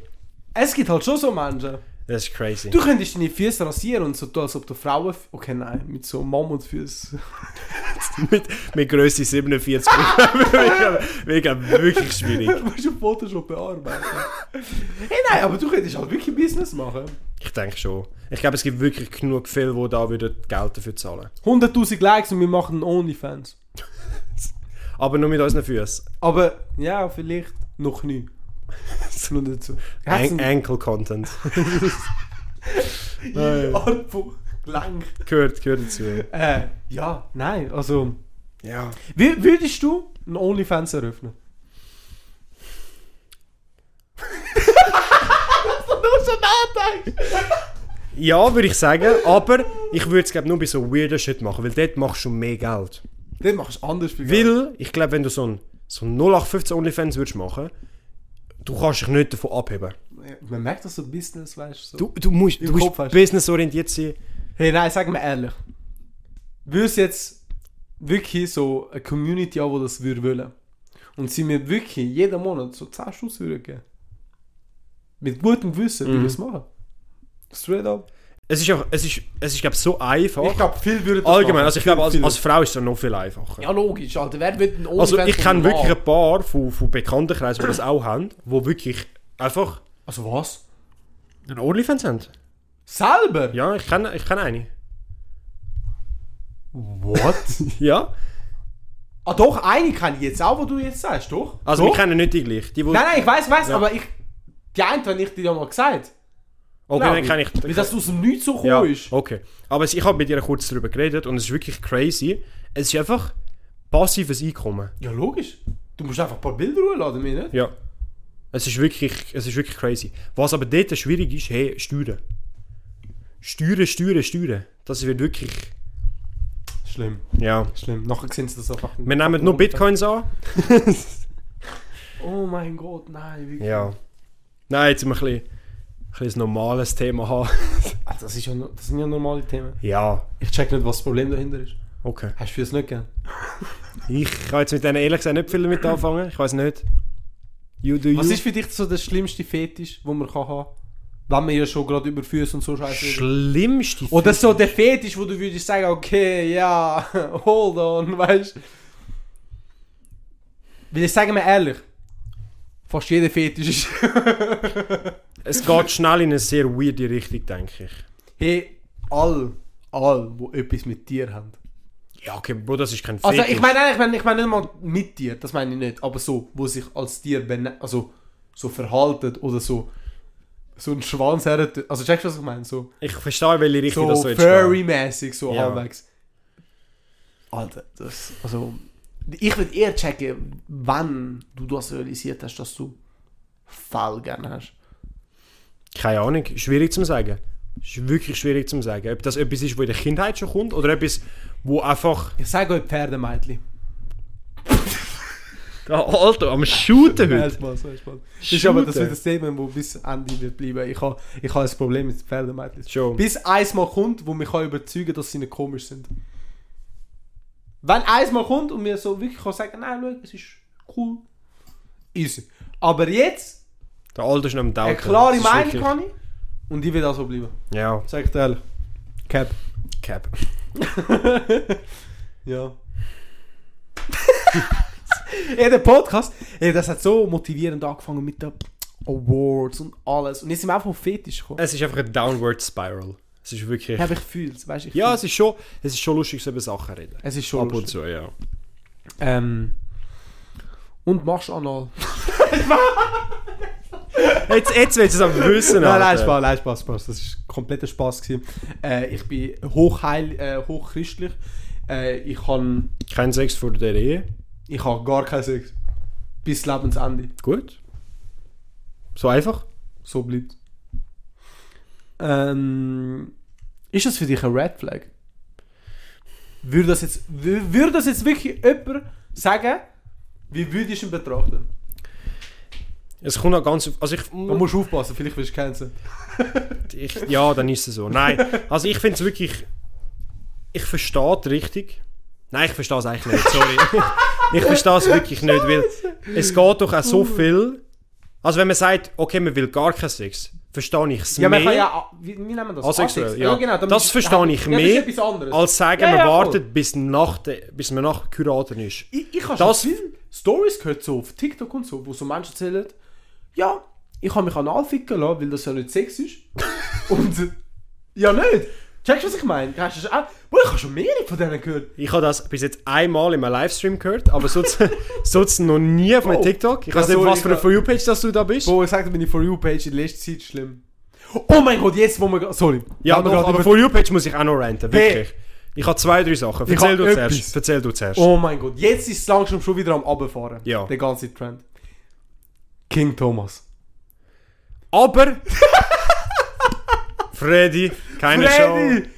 S1: Es gibt halt schon so Menschen.
S3: Das ist crazy.
S1: Du könntest deine Füße rasieren und so tun, als ob du Frauen... Okay, nein, mit so Mammutfüßen.
S3: mit, mit Größe 47 wäre wegen wirklich schwierig.
S1: Du musst auf Photoshop bearbeiten. hey, nein, aber du könntest halt wirklich Business machen.
S3: Ich denke schon. Ich glaube, es gibt wirklich genug viele, die da würden Geld dafür zahlen
S1: 100.000 Likes und wir machen Onlyfans.
S3: Aber nur mit unseren Füßen.
S1: Aber ja, vielleicht noch nie. Noch dazu. Hat's
S3: An
S1: eine
S3: Ankle-Content.
S1: eine Art von Gelenk.
S3: gehört, gehört dazu.
S1: Äh, ja, nein, also.
S3: Ja.
S1: Wie, würdest du ein Onlyfans eröffnen? Dass du nur schon nachdenkst!
S3: Ja, würde ich sagen, aber ich würde es glaub, nur bei so weirder Shit machen, weil dort machst du mehr Geld.
S1: Dann machst du anders viel Geld.
S3: Weil, ich glaube, wenn du so ein, so ein 0815 OnlyFans würdest machen, du kannst dich nicht davon abheben.
S1: Man merkt das so Business, weißt du? So.
S3: Du, du musst, du
S1: Kopf hast
S3: musst
S1: du-
S3: businessorientiert sein.
S1: Hey, nein, sag mal ehrlich. Würde es jetzt wirklich so eine Community haben, die das würde wollen. Und sie mir wirklich jeden Monat so 10 Schuss würden geben. Mit gutem Wissen
S3: Mhm.
S1: würde ich es machen. Straight up.
S3: Es ist, auch, es ist, es ist glaube so einfach.
S1: Ich glaube, viel würden das
S3: Allgemein,
S1: machen.
S3: also ich glaube, als,
S1: Viel,
S3: als
S1: viel.
S3: Frau ist es noch viel einfacher.
S1: Ja, logisch, Alter. Wer wird ein
S3: Also
S1: OnlyFans
S3: ich
S1: von
S3: kenne
S1: einem
S3: wirklich
S1: Mann?
S3: ein paar von, von Bekanntenkreisen, die das auch haben, die wirklich einfach
S1: Also was?
S3: einen OnlyFans haben.
S1: Selber?
S3: Ja, ich kenne ich kenn eine.
S1: What?
S3: Ja?
S1: ah doch, eine kann ich jetzt auch, wo du jetzt sagst, doch?
S3: Also
S1: doch?
S3: wir kennen nicht die gleiche. Die, wo,
S1: Nein, nein, ich weiß, weiß,
S3: Ja.
S1: aber ich... Die eine habe ich dir ja mal gesagt.
S3: okay,
S1: glaub
S3: dann kenne ich.
S1: Weil das aus dem Nichts so gekommen
S3: ja, Ah,
S1: ist.
S3: okay. Aber es- ich habe mit ihr kurz darüber geredet und es ist wirklich crazy. Es ist einfach passives Einkommen.
S1: Ja, logisch. Du musst einfach ein paar Bilder hochladen, mir nicht?
S3: Ja. Es ist wirklich, es ist wirklich crazy. Was aber dort schwierig ist, hey, Steuern. Steuern, Steuern, Steuern. Das wird wirklich,
S1: Schlimm,
S3: ja.
S1: schlimm. Nachher sehen sie das einfach.
S3: Wir nehmen nur Bitcoins an.
S1: Oh mein Gott, nein, wirklich.
S3: Ja. Nein, jetzt müssen wir ein bisschen, ein bisschen ein normales Thema haben.
S1: Ah, Das, ist ja, no- das sind ja normale Themen.
S3: Ja,
S1: Ich check nicht, was das Problem dahinter ist.
S3: okay.
S1: Hast du fürs nicht gern?
S3: Ich kann jetzt mit denen ehrlich gesagt nicht viel damit anfangen. Ich weiß nicht. You do you.
S1: Was ist für dich so der schlimmste Fetisch, den man kann haben Wenn man ja schon gerade über Füße und so scheiße redet.
S3: Schlimmste
S1: Oder so der Fetisch, wo du würdest sagen, okay, ja, hold on, weißt du? Weil ich sage mir ehrlich, fast jeder Fetisch ist.
S3: Es geht schnell in eine sehr weirde Richtung, denke ich.
S1: hey, all, all, die etwas mit dir haben.
S3: Ja, okay, Bro, das ist kein
S1: Also
S3: Fetisch.
S1: ich meine, nein, ich meine, ich meine nicht mal mit dir, das meine ich nicht, aber so, wo sich als Tier bene also so verhaltet oder so so ein Schwanz her, also checkst du was ich meine, so
S3: Ich verstehe, welche Richtung
S1: so
S3: das so jetzt geht.
S1: furry-mäßig so
S3: Ja.
S1: halbwegs. Alter, das, also, ich würde eher checken, wann du das realisiert hast, dass du Fall gerne hast.
S3: Keine Ahnung, schwierig zu sagen. Ist wirklich schwierig zu sagen. Ob das etwas ist, wo in der Kindheit schon kommt oder etwas, wo einfach.
S1: Ich sage euch Pferdemeidli.
S3: Alter, am Shooten
S1: Nein,
S3: heute.
S1: Spaß, nein, Spaß. Das ist aber das
S3: Shooter.
S1: wird ein Statement, das bis Ende wird bleiben. Ich habe ich ha ein Problem mit Pferdemeidli.
S3: Schon.
S1: Bis eins mal kommt, wo mich kann überzeugen kann, dass sie nicht komisch sind. Wenn eins mal kommt und mir so wirklich kann sagen nein, schau, es ist cool. Easy. Aber jetzt,
S3: Der Alter ist noch am Dauern.
S1: eine klare Meinung kann ich und ich will auch so bleiben.
S3: Ja,
S1: Sag ich dir ehrlich. Cap.
S3: Cap.
S1: Ja. ja, der Podcast, ja, das hat so motivierend angefangen mit den Awards und alles. Und jetzt sind wir einfach auf Fetisch gekommen.
S3: Es ist einfach eine Downward Spiral. Es ist wirklich.
S1: Ja, aber ich fühle es, weißt du? ich
S3: Ja,
S1: fühl's.
S3: es ist schon, es ist schon lustig, so über Sachen zu reden.
S1: es ist schon
S3: Ab und
S1: lustig.
S3: zu, ja.
S1: Ähm, und machst anal.
S3: Jetzt, jetzt willst du es aber wissen.
S1: Nein, nein,
S3: Alter.
S1: Spaß, nein, Spaß, Spaß. Das ist kompletter Spaß gewesen. Äh, ich bin hochheil, äh, hochchristlich. Äh, ich habe
S3: Kein Sex vor der Ehe.
S1: ich hab gar keinen Sex. Bis Lebensende.
S3: Gut. So einfach.
S1: So bleibt. Ähm, ist das für dich ein Red Flag? Würde das jetzt, wür- würde das jetzt wirklich jemand sagen, wie würdest du ihn betrachten?
S3: Es kommt auch ganz auf. Also ich,
S1: Man muss aufpassen, vielleicht wirst du kennen.
S3: ich, ja, dann ist es so. Nein, also ich finde es wirklich. Ich verstehe es richtig. Nein, ich verstehe es eigentlich nicht, sorry. ich verstehe es wirklich nicht, weil es geht doch auch so viel. Also wenn man sagt, okay, man will gar keinen Sex, verstehe ich es
S1: Ja, man
S3: mehr.
S1: kann ja, wie, wie nennen wir das?
S3: Asexuell,
S1: Asex- genau,
S3: ja.
S1: dann
S3: Das
S1: ist-
S3: verstehe ich
S1: ja,
S3: mehr
S1: das ist etwas anderes.
S3: Als sagen,
S1: Ja,
S3: man
S1: ja, voll.
S3: wartet, bis, nach der, bis man nach Kuraten ist.
S1: Ich, ich habe
S3: Das-
S1: schon viele Stories gehört, so auf TikTok und so, wo so Menschen erzählen, ja, ich habe mich analficken lassen, weil das ja nicht Sex ist. und, äh, ja nicht. Checkst du, was ich meine? Hast du schon, auch- Boah, ich habe schon mehrere von denen gehört.
S3: Ich habe das bis jetzt einmal in einem Livestream gehört, aber sonst, sonst noch nie auf meinem
S1: Oh.
S3: TikTok. Ich
S1: Ja,
S3: weiß nicht,
S1: sorry,
S3: was für eine
S1: ich-
S3: For You-Page dass du da bist.
S1: Boah, ich sagte, meine For You-Page in letzter Zeit schlimm. Oh mein Gott, jetzt, wo wir, gra- sorry.
S3: Ja,
S1: Wenn
S3: doch,
S1: wir gerade
S3: aber
S1: über-
S3: For You-Page muss ich auch noch ranten,
S1: Hey.
S3: wirklich. Ich habe zwei, drei Sachen.
S1: Ich
S3: Erzähl
S1: hab
S3: du zuerst.
S1: etwas.
S3: Erzähl du zuerst.
S1: Oh mein Gott, jetzt ist es langsam schon wieder am Abfahren.
S3: Ja.
S1: Der ganze Trend. King Thomas.
S3: Aber... Freddy, keine Show.
S1: Freddy!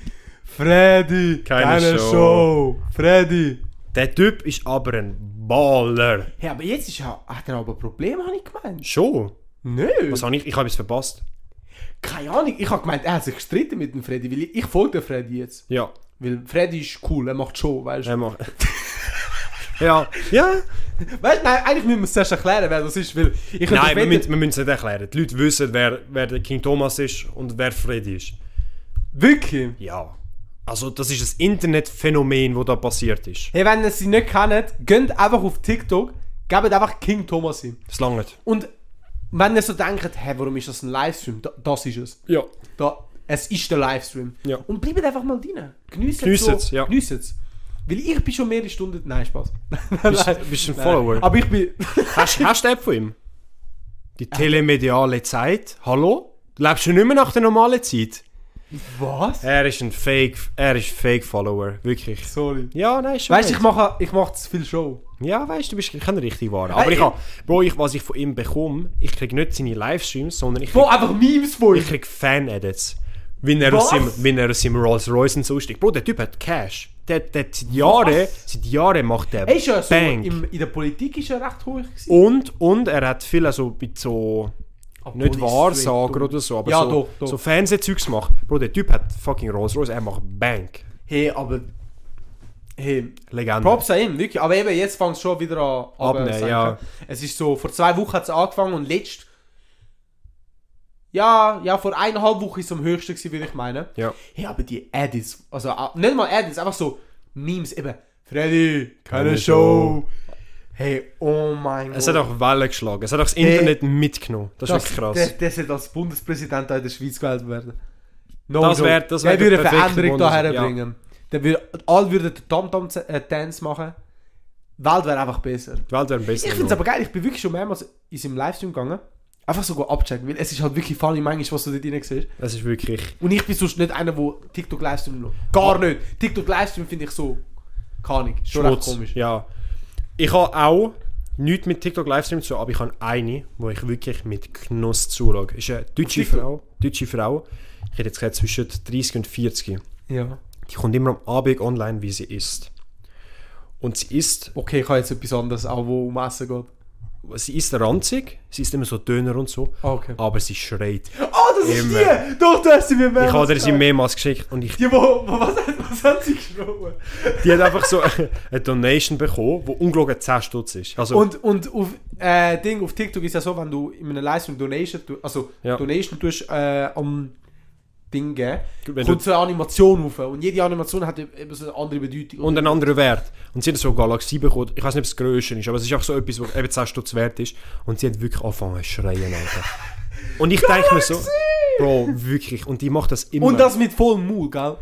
S1: Freddy!
S3: Keine Show.
S1: Freddy!
S3: Der Typ ist aber ein Baller.
S1: Hey, aber jetzt ist er, hat er aber ein Problem, habe ich gemeint.
S3: Schon?
S1: Nö.
S3: Was habe ich? Ich habe es verpasst.
S1: Keine Ahnung, ich habe gemeint, er hat sich gestritten mit dem Freddy, weil ich, ich folge dem Freddy jetzt.
S3: Ja.
S1: Weil Freddy ist cool, er macht Show, weißt du.
S3: Er macht... ja. Ja.
S1: Weißt du, nein, eigentlich müssen wir es zuerst erklären, wer das ist, weil ich
S3: Nein, wir
S1: hätte-
S3: müssen, wir müssen es nicht erklären. Die Leute wissen, wer, wer der King Thomas ist und wer Freddy ist.
S1: wirklich.
S3: Ja. Also das ist ein Internetphänomen, wo da passiert ist.
S1: Hey, wenn ihr sie nicht kennt, geht einfach auf TikTok, gebt einfach King Thomas hin.
S3: Das lange.
S1: Und wenn ihr so denkt, hey, warum ist das ein Livestream? Da, das ist es.
S3: Ja.
S1: Da, es ist der Livestream.
S3: Ja.
S1: Und bleibt einfach mal drin. Geniesst
S3: Geniesst's,
S1: so,
S3: ja.
S1: Geniesst's. Weil ich bin schon mehrere Stunden... Nein, Spaß.
S3: Bist, bist ein Follower.
S1: Aber ich bin...
S3: Hast, hast du die App von ihm? Die telemediale Zeit. Hallo? Du lebst schon nicht mehr nach der normalen Zeit.
S1: Was?
S3: Er ist ein Fake. Er ist Fake-Follower. Wirklich.
S1: Sorry.
S3: Ja, nein, schon.
S1: Weißt du, ich mache, ich mache zu viel Show.
S3: Ja, weißt du, du bist kein richtig Ware. Aber
S1: Äh,
S3: ich
S1: ich-
S3: habe. Bro, ich, was ich von ihm bekomme, ich kriege nicht seine Livestreams, sondern ich
S1: Wo einfach Memes von
S3: Ich
S1: euch.
S3: krieg Fan-Edits. Wenn er, aus
S1: Was?
S3: seinem, wenn er aus seinem Rolls Royce und so aussteigt. Bro, der Typ hat Cash. Der, der hat seit Jahren, seit Jahren macht der
S1: Er ist ja so...
S3: Bank.
S1: Im, in der Politik ist er recht hoch gewesen.
S3: und, und er hat viel also mit so,
S1: Obwohl
S3: nicht
S1: ich
S3: Wahrsager
S1: straight-
S3: oder so, aber
S1: Ja,
S3: so,
S1: doch, doch.
S3: so Fernsehzeugs gemacht. Bro, der Typ hat fucking Rolls Royce, er macht Bank.
S1: Hey, aber... Hey,
S3: Legende.
S1: Props an ihm, wirklich. Aber eben, jetzt fängt es schon wieder an.
S3: Abnehmen,
S1: abzusenken.
S3: ja.
S1: Es ist so, vor zwei Wochen hat es angefangen und letzt... Ja, ja, vor eineinhalb Wochen ist es am höchsten gewesen, würde ich meinen.
S3: Ja.
S1: Hey, aber die Edits, also ah, nicht mal Edits, einfach so Memes, eben. Freddy, keine
S3: Keine
S1: Show. Hey, oh mein
S3: Es
S1: Gott.
S3: hat auch Wellen geschlagen, es hat auch das Internet mitgenommen. Das ist
S1: das,
S3: wirklich krass.
S1: Der, der sollte als Bundespräsident auch in der Schweiz gewählt werden. No
S3: Das
S1: joke.
S3: wär- das wär
S1: der würde
S3: der
S1: eine
S3: perfekte
S1: Veränderung da
S3: Bundes-
S1: herbringen. Der würde, alle würden den Tam-Tam-Dance machen. Die Welt wäre einfach besser.
S3: Die Welt wäre besser.
S1: Ich finde es aber geil, ich bin wirklich schon mehrmals in seinem Livestream gegangen. Einfach so go abchecken, weil es ist halt wirklich funny manchmal, was du dort rein siehst.
S3: das ist wirklich...
S1: Und ich bin sonst nicht einer, der TikTok-Livestream schaut. Gar nicht. TikTok-Livestream finde ich so Keine Ahnung, ist schon recht
S3: Schmutz.
S1: komisch.
S3: Ja. Ich habe auch nichts mit TikTok Livestream zu, tun, aber ich habe eine, wo ich wirklich mit Genuss zuschaue. Ist eine deutsche
S1: TikTok?
S3: Frau, deutsche Frau. Ich hätte jetzt gesagt zwischen 30 und 40.
S1: Ja.
S3: Die kommt immer am Abend online, wie sie isst. Und sie isst,
S1: Okay, ich habe jetzt etwas anderes, auch wo um Essen geht.
S3: sie isst ranzig, sie isst immer so Döner und so,
S1: Ah, okay.
S3: aber sie schreit.
S1: Oh, das ist
S3: Immer.
S1: die! Doch, du hast sie mir mehr.
S3: Ich habe ihr sie mehrmals geschickt und ich
S1: Die, wo, wo, was, hat, was hat sie geschrieben?
S3: Die hat einfach so eine Donation bekommen, die ungelogen 10 Stutz ist. Also,
S1: Und, und auf, äh, Ding, auf TikTok ist ja so, wenn du in einer Leistung Donation, tu- also
S3: Ja.
S1: Donation tust, äh, am Ding geben,
S3: Wenn
S1: kommt so eine Animation rauf. Und jede Animation hat eben so eine andere Bedeutung.
S3: und einen anderen Wert. Und sie hat so eine Galaxie bekommen. Ich weiß nicht, ob es grösser ist, aber es ist einfach so etwas, was eben 10 Stutz wert ist. Und sie hat wirklich angefangen zu schreien, Alter. Und ich denke mir so, Bro, wirklich. Und die macht das immer.
S1: Und das mit vollem Mund, gell?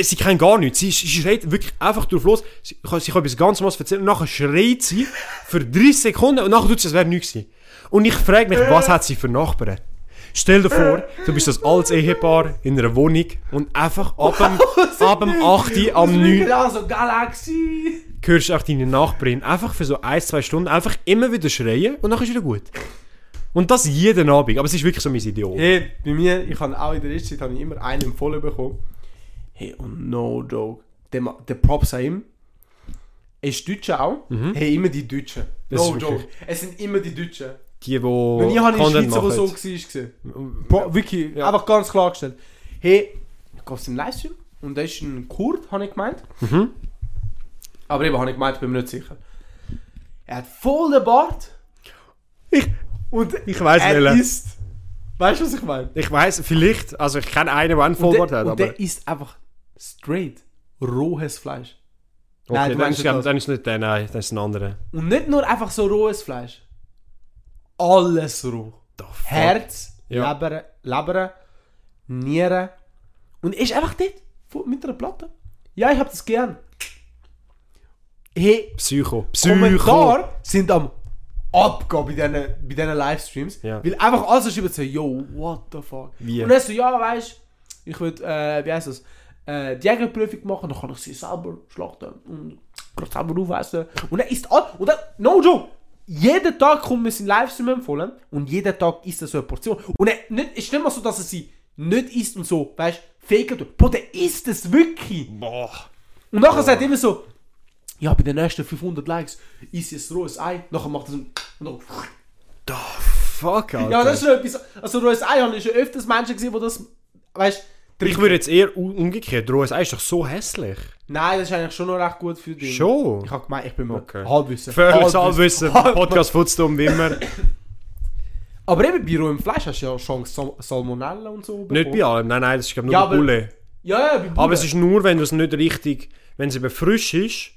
S3: sie kann gar nichts. Sie, sie schreit wirklich einfach drauf los. Sie, kann- sie kann etwas ganz was erzählen. Und nachher schreit sie für 30 Sekunden und nachher tut sie, als wäre nichts gewesen. Und ich frage mich, was hat sie für Nachbarn? Stell dir vor, du bist das als Ehepaar in einer Wohnung und einfach ab dem, ab dem 8. Uhr, am 9.
S1: Genau, so Galaxie.
S3: hörst du auch deine Nachbarin einfach für so ein, zwei Stunden einfach immer wieder schreien und nachher ist wieder gut. Und das jeden Abend. Aber es ist wirklich so mein Idiot.
S1: Hey, bei mir, ich habe auch in der ersten Zeit habe ich immer einen empfohlen bekommen. Hey, und no joke. Der, Ma- der Props an ihm. Er ist Deutscher auch. Hey, immer die Deutschen.
S3: Mhm. Das
S1: no
S3: ist
S1: joke.
S3: wirklich-
S1: Es sind immer die Deutschen.
S3: Die, die
S1: Wenn ich habe in der
S3: Content
S1: Schweiz, wo
S3: machen.
S1: so war, gesehen. Pro, wirklich, einfach ganz klargestellt. Hey, ich gehe auf den Livestream und da ist ein Kurt, habe ich gemeint.
S3: Mhm.
S1: Aber eben, habe ich gemeint, bin mir nicht sicher. Er hat voll den Bart
S3: Ich,
S1: und
S3: ich weiß
S1: er
S3: nicht.
S1: ist. Weißt du, was ich meine?
S3: Ich weiß, vielleicht, also ich kenne einen, der einen Vollbart
S1: der,
S3: hat,
S1: und
S3: aber.
S1: der isst einfach straight rohes Fleisch.
S3: okay,
S1: Nein, du
S3: dann,
S1: meinst
S3: ist,
S1: nicht
S3: dann,
S1: das.
S3: dann ist nicht der, nein, das ist ein anderer.
S1: Und nicht nur einfach so rohes Fleisch. Alles roh.
S3: The fuck?
S1: Herz,
S3: Ja.
S1: Leber, Leber, Nieren. Und er ist einfach dort vo- mit einer Platte. Ja, ich hab das gern. Hey,
S3: Psycho. Psycho.
S1: Kommentare sind am Abgehen bei diesen, bei diesen Livestreams.
S3: Ja.
S1: Weil einfach alles schreiben so, yo, what the fuck.
S3: Wie?
S1: Und dann so, ja, weißt du, ich würde, äh, wie heißt das, äh, die Jägerprüfung machen, dann kann ich sie selber schlachten und gerade selber aufessen. Und dann ist all, und dann, no joke, jeden Tag kommt mir sein Livestream empfohlen und jeden Tag isst er so eine Portion. Und er, nicht, es ist nicht mal so, dass er sie nicht isst und so, weißt du, faken tut. Boah, der isst es wirklich.
S3: Boah.
S1: Und nachher sagt er immer so, ja, bei den nächsten 500 Likes ist jetzt rohes Ei. Nachher macht er so ein- und dann,
S3: The fuck, Alter.
S1: ja, das ist schon etwas. Also rohes Ei habe ich schon öfters Menschen gesehen, die das, weißt
S3: ich würde jetzt eher u- umgekehrt drohen. Es ist doch so hässlich.
S1: nein, das ist eigentlich schon noch recht gut für dich.
S3: Schon.
S1: Ich habe gemeint, ich bin mal
S3: Okay.
S1: halbwissen.
S3: Völlig
S1: Halbwissen.
S3: Allwissen. Podcast Futzdumm, wie immer.
S1: Aber eben bei rohem Fleisch hast du ja schon Sal Salmonella und so.
S3: nicht
S1: bekommen.
S3: bei allem. Nein, nein, das ist glaub, nur
S1: Ja,
S3: ja,
S1: aber-
S3: Bulle.
S1: Ja, ja, bei
S3: Aber es ist nur, wenn du es nicht richtig, wenn es eben frisch ist,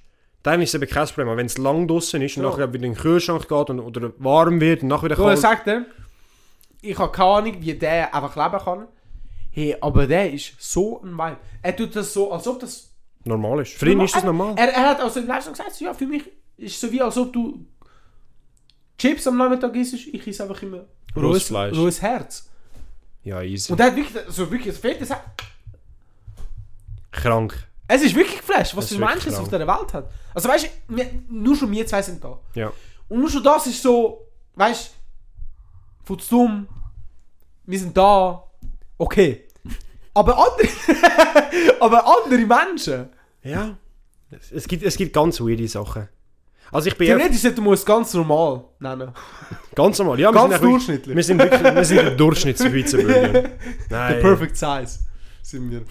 S3: dann ist es eben kein Problem. Aber wenn es lang draußen ist und
S1: Ja.
S3: nachher wieder in den Kühlschrank geht und, oder warm wird und nachher wieder
S1: So, er
S3: kalt.
S1: sagt er, ich habe keine Ahnung, wie der einfach leben kann. Hey, aber der ist so ein Vibe. Er tut das so, als ob das
S3: normal ist. Für ihn ist das normal.
S1: Er, er hat also im Livestream gesagt, so, ja, für mich ist es so wie, als ob du Chips am Nachmittag isst, ich esse einfach immer
S3: Rohes Fleisch.
S1: rohes Herz.
S3: ja, easy.
S1: Und er hat wirklich, so wirklich, es fehlt es
S3: Krank.
S1: Es ist wirklich geflasht, was
S3: Es
S1: für
S3: ist
S1: Menschen
S3: wirklich
S1: es auf
S3: krank.
S1: dieser Welt hat. Also weißt du, wir- nur schon wir zwei sind da.
S3: Ja.
S1: Und nur schon das ist so, weißt du, futz dumm, wir sind da, okay. Aber andere, aber andere Menschen,
S3: Ja. Es, es, gibt, es gibt ganz weirde Sachen. Also ich bin eher-
S1: theoretisch sollte man es ganz normal nennen.
S3: ganz normal. Ja,
S1: Ganz
S3: wir sind auch Wirklich,
S1: durchschnittlich.
S3: wir sind wirklich, wir sind der Durchschnittsschweizer Bürger. Nein.
S1: The perfect size sind wir.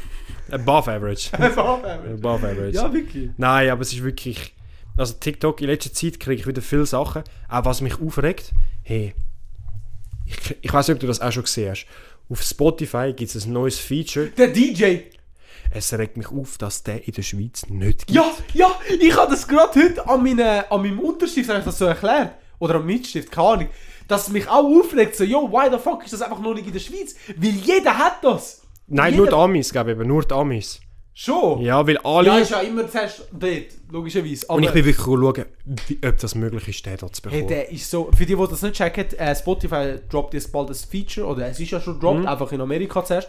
S3: Above average. Above average.
S1: ja, wirklich.
S3: Nein, aber es ist wirklich. Also TikTok, in letzter Zeit kriege ich wieder viele Sachen. Auch was mich aufregt, hey, ich, ich weiß nicht, ob du das auch schon gesehen hast. Auf Spotify gibt es ein neues Feature.
S1: Der DJ.
S3: Es regt mich auf, dass der in der Schweiz nicht gibt.
S1: Ja, ja, ich habe das gerade heute an, meine, an meinem Unterstift hab ich das so erklärt. Oder am Mitstift, keine Ahnung. Dass mich auch aufregt, so, yo, why the fuck ist das einfach nur nicht in der Schweiz? Weil jeder hat das.
S3: Nein, nur
S1: jeder...
S3: die Amis, glaube ich, eben, nur die Amis.
S1: Schon? Ja,
S3: Ja, weil alle.
S1: ist ja immer zuerst dort, logischerweise. Aber
S3: Und ich bin wirklich schauen, wie, ob das möglich ist, den da zu bekommen.
S1: Hey, der ist so, für die, die das nicht checken, äh, Spotify droppt jetzt bald das Feature, oder es ist ja schon
S3: Mhm.
S1: droppt, einfach in Amerika zuerst,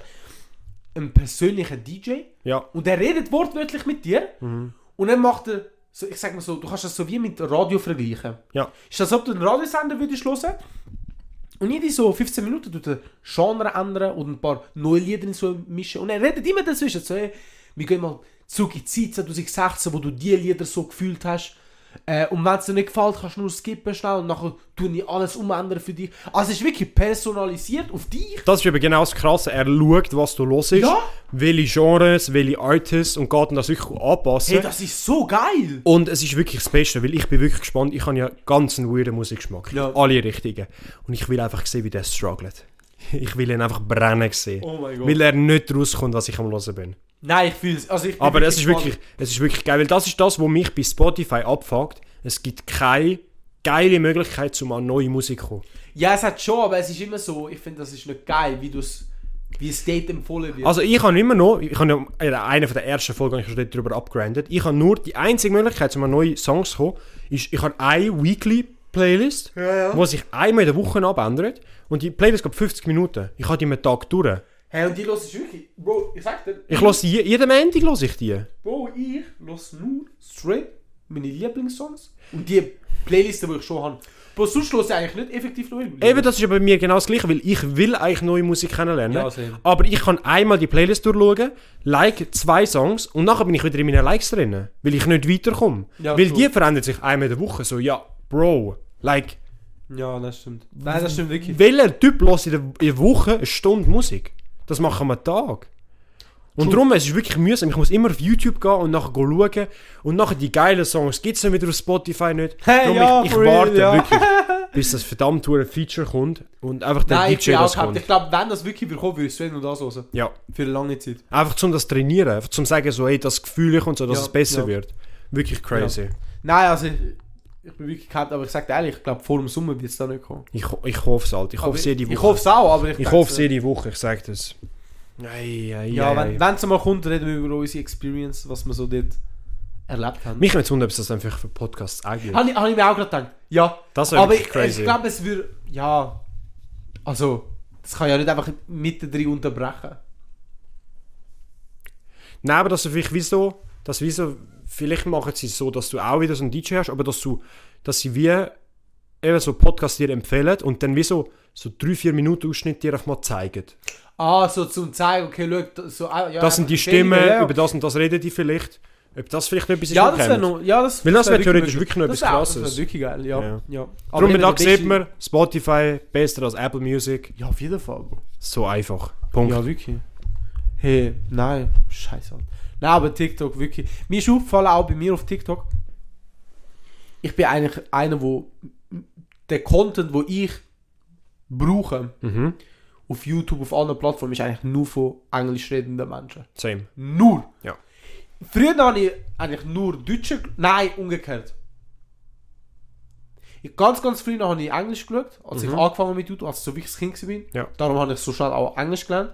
S1: einen persönlichen DJ.
S3: ja, Mhm.
S1: Und er redet wortwörtlich mit dir. Und dann macht er so, ich sag mal so, du kannst das so wie mit Radio vergleichen.
S3: Ja.
S1: Ist das, als ob du einen Radiosender würdest hören und jede so 15 Minuten tut er Genre ändern und ein paar neue Lieder so mischen. Und er redet immer dazwischen. So, hey, wir gehen mal zurück in die Zeit 2016, wo du die Lieder so gefühlt hast. Äh, und wenn es dir nicht gefällt, kannst du nur skippen schnell und nachher tue ich alles umändern für dich. Also es ist wirklich personalisiert auf dich.
S3: Das ist eben genau das Krasse. Er schaut, was du hörst,
S1: Ja.
S3: welche Genres, welche Artists und geht dann das wirklich anpassen.
S1: Hey, das ist so geil!
S3: Und es ist wirklich das Beste, weil ich bin wirklich gespannt. Ich habe ja ganz einen weirden Musikgeschmack.
S1: Ja.
S3: Alle richtigen. Und ich will einfach sehen, wie der struggelt. Ich will ihn einfach brennen sehen.
S1: Oh mein Gott.
S3: weil er nicht rauskommt, was ich am hören bin.
S1: Nein, ich fühle es. Also ich bin
S3: Aber es ist,
S1: gespannt.
S3: wirklich, es ist wirklich geil, weil das ist das, was mich bei Spotify abfuckt. Es gibt keine geile Möglichkeit, um an neue Musik zu kommen.
S1: Ja, es hat schon, aber es ist immer so, ich finde, das ist nicht geil, wie du es, wie es dort empfohlen wird.
S3: Also ich habe immer noch, ich habe ja in einer der ersten Folgen habe ich schon darüber abgerandet, ich habe nur die einzige Möglichkeit, um an neue Songs zu kommen, ist, ich habe eine Weekly Playlist, die
S1: Ja, ja.
S3: sich einmal in der Woche abändert und die Playlist geht 50 Minuten. Ich habe die einen Tag durch.
S1: hey, und die los ist wirklich, Bro, ich sag dir,
S3: Ich höre je, jeden Montag höre ich die.
S1: Bro, ich los nur straight meine Lieblingssongs und die Playlisten, die ich schon habe. Bro, sonst höre ich eigentlich nicht effektiv nur immer.
S3: Eben, das ist ja bei mir genau das Gleiche, weil ich will eigentlich neue Musik kennenlernen,
S1: Ja, same.
S3: aber ich kann einmal die Playlist durchschauen, like zwei Songs und nachher bin ich wieder in meinen Likes drin, weil ich nicht weiterkomme.
S1: Ja,
S3: weil
S1: true.
S3: die verändern sich einmal in der Woche, so ja, Bro, like...
S1: Ja, das stimmt. Nein, das stimmt wirklich.
S3: Welcher Typ hört in der, in der Woche eine Stunde Musik? Das machen wir am Tag. Und darum, es ist wirklich mühsam. Ich muss immer auf YouTube gehen und nachher schauen. Und nachher die geilen Songs gibt es dann wieder auf Spotify nicht.
S1: Hey,
S3: darum,
S1: ja,
S3: ich, ich
S1: for real,
S3: warte
S1: ja.
S3: wirklich, bis das verdammt hohe Feature kommt. Und einfach der
S1: Nein, ich
S3: DJ
S1: bin auch
S3: das
S1: gehabt.
S3: kommt.
S1: Ich glaube, wenn das wirklich wird kommen, würde ich es nur das hören.
S3: Ja.
S1: Für eine lange Zeit.
S3: Einfach zum das trainieren. Einfach zum sagen, so, hey, das Gefühl ich und so, dass
S1: Ja,
S3: es besser
S1: ja.
S3: wird. Wirklich crazy.
S1: Nein, also ich, ich bin wirklich gehabt, aber ich sag dir ehrlich, ich glaube, vor dem Sommer wird es da nicht kommen.
S3: Ich, ho- ich hoffe es halt. Ich hoffe es jede Woche.
S1: Ich hoffe es auch, aber ich
S3: Ich
S1: denke,
S3: hoffe es jede Woche, ich sage das. Ei, ei,
S1: Ja,
S3: ei, ei.
S1: wenn es mal kommt, reden wir über unsere Experience, was wir so dort erlebt haben.
S3: Mich würde es wundern, ob es das einfach für Podcasts auch gibt.
S1: Habe ich, hab ich mir auch gerade gedacht. Ja.
S3: Das wäre
S1: aber ich,
S3: wirklich crazy.
S1: ich glaube, es würde. Ja. Also, das kann ja nicht einfach mittendrin unterbrechen.
S3: Nein, aber das ist vielleicht wieso, das wieso, vielleicht machen sie es so, dass du auch wieder so einen DJ hast, aber dass du, dass sie wie eben so Podcasts dir empfehlen und dann wie so, so drei, vier Minuten Ausschnitt dir einfach mal zeigen.
S1: Ah, so zum zeigen, okay, schau, da- so, ah, ja,
S3: Das sind die
S1: einfach Empfehlungen,
S3: Stimmen,
S1: ja, ja.
S3: über das und das reden die vielleicht. Ob das vielleicht noch etwas
S1: Ja,
S3: was
S1: das wäre
S3: man kennt.
S1: noch. Ja, das
S3: Weil das wäre theoretisch
S1: möglich.
S3: wirklich noch
S1: Das
S3: etwas
S1: wär- Das
S3: Krasses.
S1: wäre wirklich geil, ja.
S3: Ja.
S1: ja.
S3: Darum,
S1: eben
S3: da
S1: die
S3: sieht
S1: beste-
S3: man, Spotify, besser als Apple Music.
S1: Ja, auf jeden Fall, Bro.
S3: So einfach. Punkt.
S1: Ja, wirklich. Hey, nein, scheiße. Alter. Nein, aber TikTok, wirklich. Mir ist aufgefallen, auch bei mir auf TikTok, ich bin eigentlich einer, wo der Content, wo ich brauche,
S3: Mhm.
S1: auf YouTube, auf anderen Plattformen, ist eigentlich nur von englisch redenden Menschen.
S3: Same.
S1: Nur.
S3: Ja.
S1: Früher habe ich eigentlich nur Deutsche, nein, umgekehrt. Ich, ganz, ganz früh habe ich Englisch geschaut, als ich angefangen mit YouTube, als ich so wirklich ein Kind war.
S3: Mhm. Ja.
S1: Darum habe ich so schnell auch Englisch gelernt.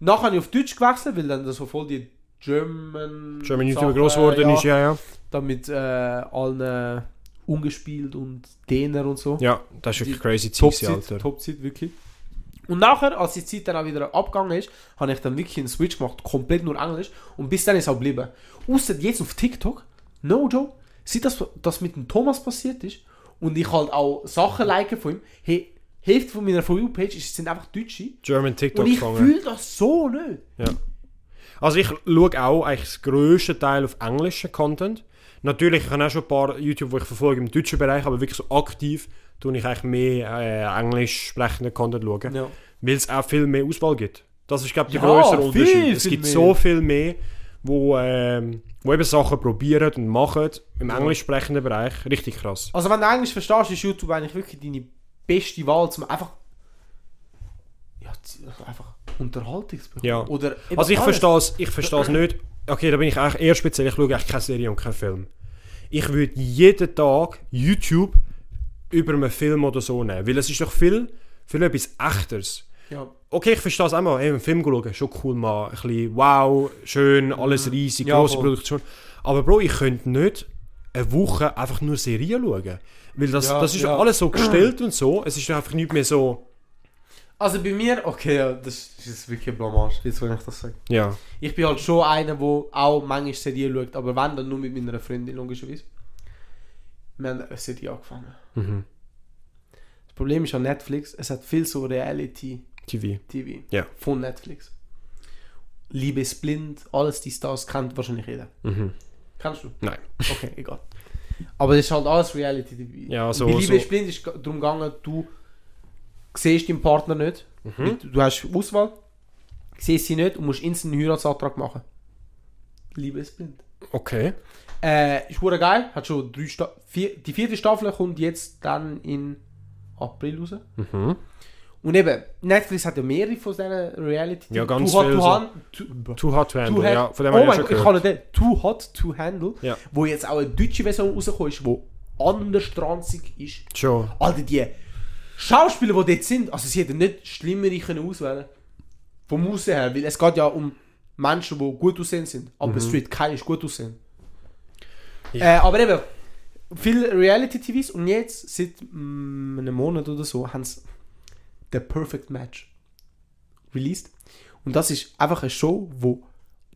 S1: Nachher habe ich auf Deutsch gewechselt, weil dann das so voll die German...
S3: Schon, wenn
S1: Sachen,
S3: YouTube gross geworden ist, ja, ja.
S1: Dann mit äh, allen ungespielt und Däner und so.
S3: Ja, das ist wirklich crazy Zeit, Alter.
S1: Topzeit, Topzeit, wirklich. Und nachher, als die Zeit dann auch wieder abgegangen ist, habe ich dann wirklich einen Switch gemacht, komplett nur Englisch. Und bis dann ist es auch geblieben. Außer jetzt auf TikTok, no joke, seit das, das mit dem Thomas passiert ist und ich halt auch Sachen like von ihm, hey, Hälfte von meiner For You-Page ist- sind einfach Deutsche.
S3: German
S1: Und
S3: TikTok
S1: ich
S3: gefangen.
S1: fühle das so nicht.
S3: Also ich schaue auch eigentlich das grösste Teil auf englischen Content. Natürlich, ich habe auch schon ein paar YouTube, die ich verfolge im deutschen Bereich, aber wirklich so aktiv tue ich eigentlich mehr äh, englisch sprechenden Content schauen,
S1: Ja.
S3: weil es auch viel mehr Auswahl gibt. Das ist, glaube ich, der
S1: Ja,
S3: größere
S1: viel,
S3: Unterschied. es
S1: viel
S3: gibt
S1: mehr.
S3: so viel mehr, wo, ähm, wo eben Sachen probieren und machen im englisch sprechenden Bereich. Richtig krass.
S1: Also wenn du Englisch verstehst, ist YouTube eigentlich wirklich deine beste Wahl, zum einfach... Ja, z- einfach Unterhaltung zu bekommen.
S3: Ja.
S1: Oder eben
S3: Also ich
S1: alles.
S3: verstehe es, ich verstehe es nicht. Okay, da bin ich eigentlich eher speziell. Ich schaue eigentlich keine Serie und keinen Film. Ich würde jeden Tag YouTube über einen Film oder so nehmen, weil es ist doch viel, viel etwas Echteres.
S1: Ja.
S3: Okay, ich verstehe es einmal. Hey, einen Film schauen, schon cool mal, ein bisschen wow, schön, alles riesig,
S1: Mhm. Ja,
S3: grosse
S1: voll.
S3: Produktion. Aber Bro, ich könnte nicht eine Woche einfach nur Serien schauen, weil das,
S1: Ja,
S3: das ist
S1: ja.
S3: alles so gestellt und so. Es ist doch einfach nicht mehr so.
S1: Also bei mir, okay, ja, das ist jetzt wirklich eine Blamage, jetzt wenn ich das sage.
S3: Ja.
S1: Ich bin halt schon einer, der auch manchmal Serien schaut, aber wenn, dann nur mit meiner Freundin, logischerweise. wir haben eine City angefangen.
S3: Mhm.
S1: Das Problem ist an Netflix, es hat viel so Reality-TV
S3: TV. Ja.
S1: von Netflix. Liebe ist blind, alles die Stars kennt wahrscheinlich jeder.
S3: Mhm.
S1: Kennst du?
S3: Nein.
S1: Okay, egal. Aber das ist halt alles Reality TV.
S3: Ja, so-
S1: Bei Liebe
S3: so-
S1: ist blind ist darum gegangen, du siehst deinen Partner nicht.
S3: Mhm.
S1: Du- Du hast Auswahl, siehst sie nicht und musst instant einen Heiratsantrag machen. Liebe ist blind.
S3: Okay.
S1: Äh, ist hure geil, hat schon drei Sta vier, Die vierte Staffel kommt jetzt dann in April raus.
S3: Mhm.
S1: Und eben, Netflix hat ja mehrere von diesen Reality
S3: Ja, ganz
S1: Too Hot
S3: viel
S1: to
S3: so.
S1: Han- Too-
S3: Too Hot to
S1: Too
S3: Handle.
S1: Hot-
S3: Ja, von dem
S1: oh
S3: habe ich
S1: mein
S3: schon
S1: Gott, ich
S3: gehört.
S1: kann nicht den Too Hot to Handle,
S3: Ja.
S1: wo jetzt auch eine deutsche Version rausgekommen ist, die anders tranzig ist.
S3: Schon.
S1: Alter, die Schauspieler, die dort sind, also sie hätten nicht schlimmere können auswählen Vom Aussehen her, weil es geht ja um Menschen, die gut aussehen sind. Aber Street Kai ist gut aussehen. Äh, aber eben, viel Reality-TVs und jetzt, seit mm, einem Monat oder so, haben sie The Perfect Match released. Und das ist einfach eine Show, wo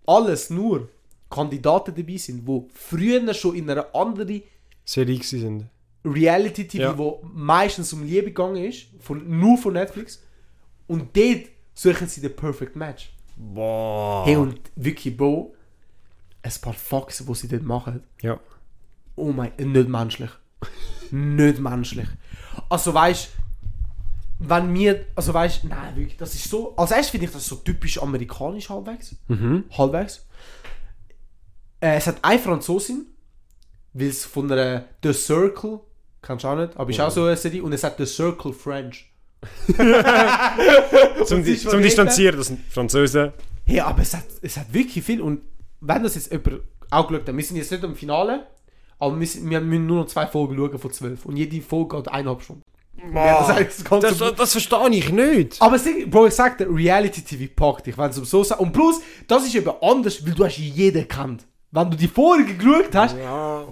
S1: alles nur Kandidaten dabei sind, wo früher schon in einer anderen
S3: Sehr reich sie sind.
S1: Reality-TV,
S3: Ja.
S1: wo meistens um Liebe gegangen ist, von, nur von Netflix. Und dort suchen sie den Perfect Match.
S3: Boah.
S1: Hey, und wirklich, Bro, ein paar Faxen, die sie dort machen,
S3: Ja.
S1: oh mein, nicht menschlich. nicht menschlich. Also weißt wenn wir, also weißt nein, wirklich, das ist so, als erstes finde ich das so typisch amerikanisch halbwegs. Halbwegs. Äh, es hat eine Franzosin, weil es von einer The Circle, kannst du auch nicht, aber ist auch so eine Serie, und es hat The Circle French.
S3: Zum,
S1: sie ist
S3: zum
S1: von
S3: Distanzieren, das sind Franzosen.
S1: Hey, aber es hat, es hat wirklich viel. Und wenn das jetzt jemand auch geschaut hat, wir sind jetzt nicht im Finale, aber wir, sind, wir müssen nur noch zwei Folgen schauen von zwölf. Und jede Folge geht eineinhalb Stunden. Ja, das heißt, das ganze Buch-
S3: verstehe ich nicht.
S1: aber das Ding, Bro, ich sag dir, Reality-TV packt dich, wenn es um so sagt. Und plus, das ist eben anders, weil du hast jeden kennt. Wenn du die vorige geschaut hast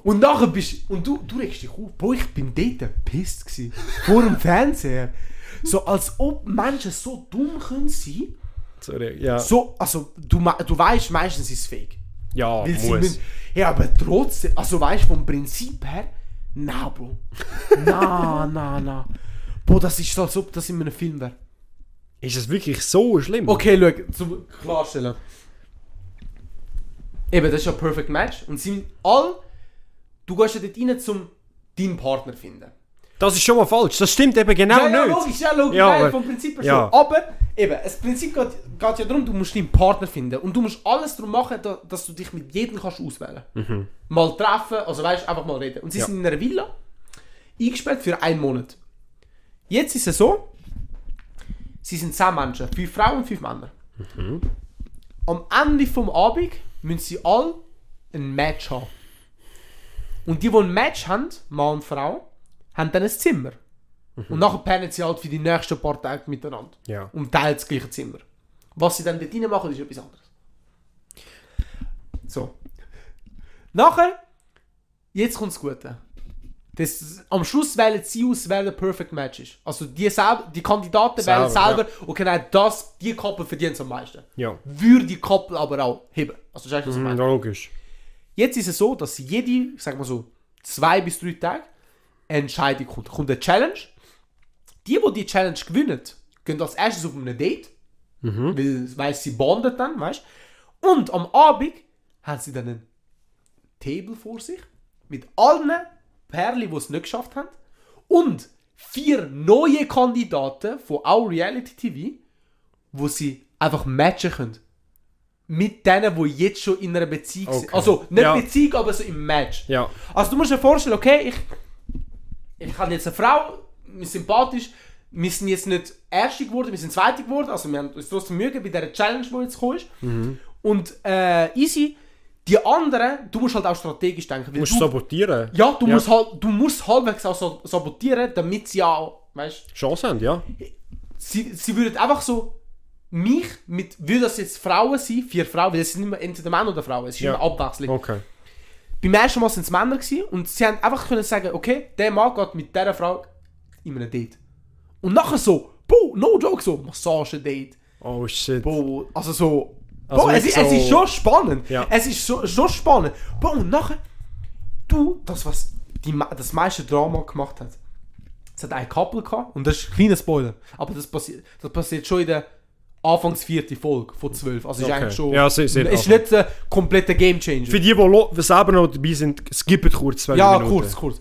S1: und nachher bist und du, du regst dich auf. Bro, ich bin dort pissed gsi Vor dem Fernseher. So, als ob Menschen so dumm können sein.
S3: Sorry, ja.
S1: So, also, du, ma- du weißt, meistens ist es fake.
S3: ja,
S1: Weil sie
S3: muss.
S1: müssen, ja, aber trotzdem, also weißt du, vom Prinzip her, na, Bro. Na, na, na. Bro, das ist so, als ob das in einem Film wäre.
S3: Ist es wirklich so schlimm?
S1: Okay, schau, zum Klarstellen. Eben, das ist ja ein Perfect Match. Und sie sind all. Du gehst ja dort rein, um deinen Partner zu finden.
S3: Das ist schon mal falsch. Das stimmt eben genau
S1: ja, ja,
S3: nicht.
S1: logisch, ja, logisch.
S3: Ja,
S1: nein,
S3: aber-
S1: vom Prinzip her
S3: ja.
S1: schon. Aber eben, das Prinzip geht, geht ja darum, du musst deinen Partner finden. Und du musst alles darum machen, da, dass du dich mit jedem kannst auswählen kannst. Mal treffen, also weißt einfach mal reden. Und sie
S3: Mhm. Ja.
S1: sind in einer Villa eingesperrt für einen Monat. Jetzt ist es so, sie sind zehn Menschen, fünf Frauen und fünf Männer. Am Ende vom Abend müssen sie alle ein Match haben. Und die, die ein Match haben, Mann und Frau, haben dann ein Zimmer. Und nachher pennen sie halt für die nächsten paar Tage miteinander.
S3: Mhm. Ja.
S1: Und teilen das gleiche Zimmer. Was sie dann dort rein machen, ist etwas anderes. So. Nachher, jetzt kommt's Gute. Das, am Schluss wählen sie aus, wer der Perfect Match ist. Also die, selb, die Kandidaten wählen
S3: Selber,
S1: selber, okay, nein, das, die Koppel verdient am meisten.
S3: Ja.
S1: Würde die Koppel aber auch heben. Also, das ist was ich
S3: Hm,
S1: meine.
S3: Logisch.
S1: Jetzt ist es so, dass jede, ich sag mal so, zwei bis drei Tage eine Entscheidung kommt. Kommt eine Challenge. Die, die die Challenge gewinnen, gehen als erstes auf ein Date.
S3: Mhm.
S1: Weil, weil sie bondet dann, weißt Und am Abend haben sie dann einen Table vor sich mit allen Perlen, die es nicht geschafft haben. Und vier neue Kandidaten von auch Reality TV, wo sie einfach matchen können. Mit denen, die jetzt schon in einer Beziehung sind.
S3: Okay.
S1: Also nicht
S3: Ja.
S1: Beziehung, aber so im Match.
S3: Ja.
S1: Also du musst dir vorstellen, okay, ich, ich habe jetzt eine Frau, wir sind sympathisch, wir sind jetzt nicht Erste geworden, wir sind Zweite geworden, also wir haben uns trotzdem Mühe gegeben bei dieser Challenge, die jetzt gekommen ist.
S3: Mhm.
S1: Und äh, easy, die anderen, du musst halt auch strategisch denken. weil
S3: Du musst
S1: du,
S3: sabotieren.
S1: ja, du musst halt, du musst halbwegs auch so- sabotieren, damit sie auch, weißt
S3: Chance haben, ja.
S1: sie, sie würden einfach so mich mit, würde das jetzt Frauen sein, vier Frauen, weil es sind immer entweder Männer oder Frauen, es ist
S3: Ja.
S1: immer abwechselnd.
S3: Okay.
S1: Beim ersten Mal waren es Männer gewesen, und sie haben einfach können sagen, okay, der Mann geht mit dieser Frau in einem Date. Und nachher so, boah, no joke, so Massage-Date,
S3: Oh shit.
S1: boah, also so,
S3: Also
S1: boah, es,
S3: nicht
S1: ist- es
S3: so-
S1: ist schon spannend,
S3: Ja.
S1: es ist so, so spannend. Boah, und nachher, du, das was die, me- das meiste Drama gemacht hat. Es hat ein Couple gehabt, und das ist ein kleiner Spoiler, aber das, passi das passiert schon in der anfangs vierten Folge von 12. Also ist
S3: Okay.
S1: eigentlich schon.
S3: Ja, sehr- sehr
S1: ist
S3: Anfang.
S1: nicht ein kompletter Gamechanger.
S3: Für die, die lo- selber noch dabei sind, skippt kurz zwei
S1: Ja,
S3: Minuten.
S1: kurz, kurz.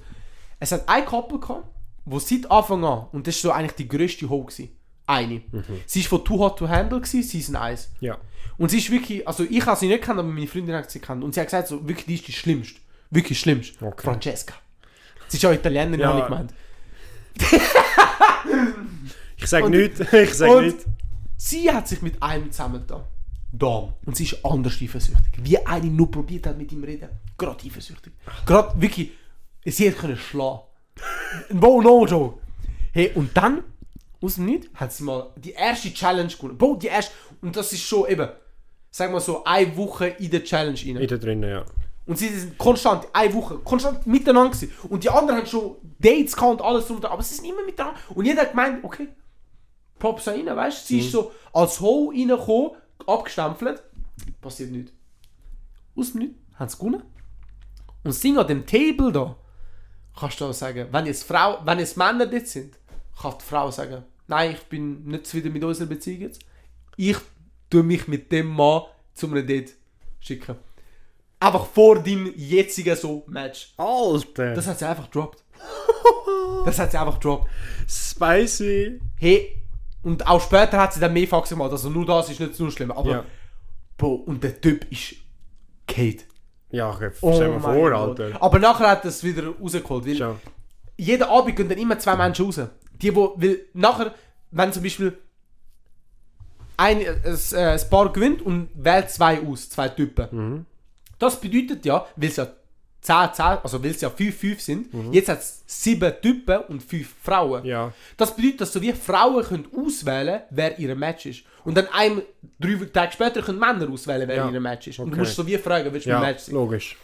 S1: Es hat ein Couple gehabt, wo seit Anfang an, und das war so eigentlich die grösste Ho gsi Eine. Sie war von Too Hot to Handle, gewesen, Season 1.
S3: Mhm. Ja.
S1: Und sie ist wirklich, also ich habe sie nicht kennen, aber meine Freundin hat sie kennt. Und sie hat gesagt, so, wirklich, die ist die schlimmste. Wirklich schlimmste.
S3: Okay.
S1: Francesca. Sie ist ja Italienerin,
S3: Ja.
S1: habe ich gemeint.
S3: Ich sage
S1: Und-
S3: nichts, ich sage
S1: und-
S3: nichts.
S1: Sie hat sich mit einem zusammengetan. Dom. Und sie ist anders eifersüchtig. Wie eine nur probiert hat mit ihm reden. Gerade eifersüchtig. Gerade wirklich. Sie hätte können schlagen. No, no, Joe. Hey, und dann, aus dem Nichts, hat sie mal die erste Challenge gewonnen. Bro, die erste. Und das ist schon eben, sagen wir so, eine Woche in der Challenge rein.
S3: In da drinnen, ja.
S1: Und sie sind konstant, eine Woche, konstant miteinander gewesen. Und die anderen haben schon Dates gehabt und alles drum und dran, aber sie sind immer miteinander. Und jeder hat gemeint, okay, Props an ihnen, weißt du? Sie ist so als Ho reingekommen, abgestempelt, passiert nichts. Aus dem Nichts haben sie gewonnen. Und das Ding an dem Table da, kannst du auch sagen, wenn jetzt, Frau, wenn jetzt Männer dort sind, kann die Frau sagen, nein, ich bin nicht zufrieden mit unserer Beziehung jetzt. Ich tue mich mit dem Mann zu einem Date schicken. Einfach vor deinem jetzigen so Match.
S3: Alter!
S1: Das hat sie einfach gedroppt. Das hat sie einfach gedroppt.
S3: Spicy!
S1: Hey, und auch später hat sie dann mehr Faxen gemacht. Also nur das ist nicht so schlimm. Aber,
S3: Ja.
S1: Bro, und der Typ ist Kate.
S3: Ja, ich- stell mir
S1: Oh mein
S3: vor,
S1: Gott.
S3: Alter.
S1: Aber nachher hat das wieder rausgeholt. Weil
S3: Schau.
S1: jeden Abend gehen dann immer zwei Menschen raus. Die, wo, weil nachher, wenn zum Beispiel ein, äh, es, äh, das Paar gewinnt und wählt zwei aus, zwei Typen.
S3: Mhm.
S1: Das bedeutet ja, weil es ja 10, 10, also weil es ja 5, 5 sind, jetzt hat es 7 Typen und 5 Frauen.
S3: Mhm. Ja.
S1: Das bedeutet, dass so wie Frauen können auswählen wer ihr Match ist. Und dann ein, drei Tage später können Männer auswählen, wer
S3: Ja.
S1: ihr Match ist. Und du
S3: Okay.
S1: musst so wie fragen, willst du mein
S3: Ja,
S1: Match sein?
S3: logisch.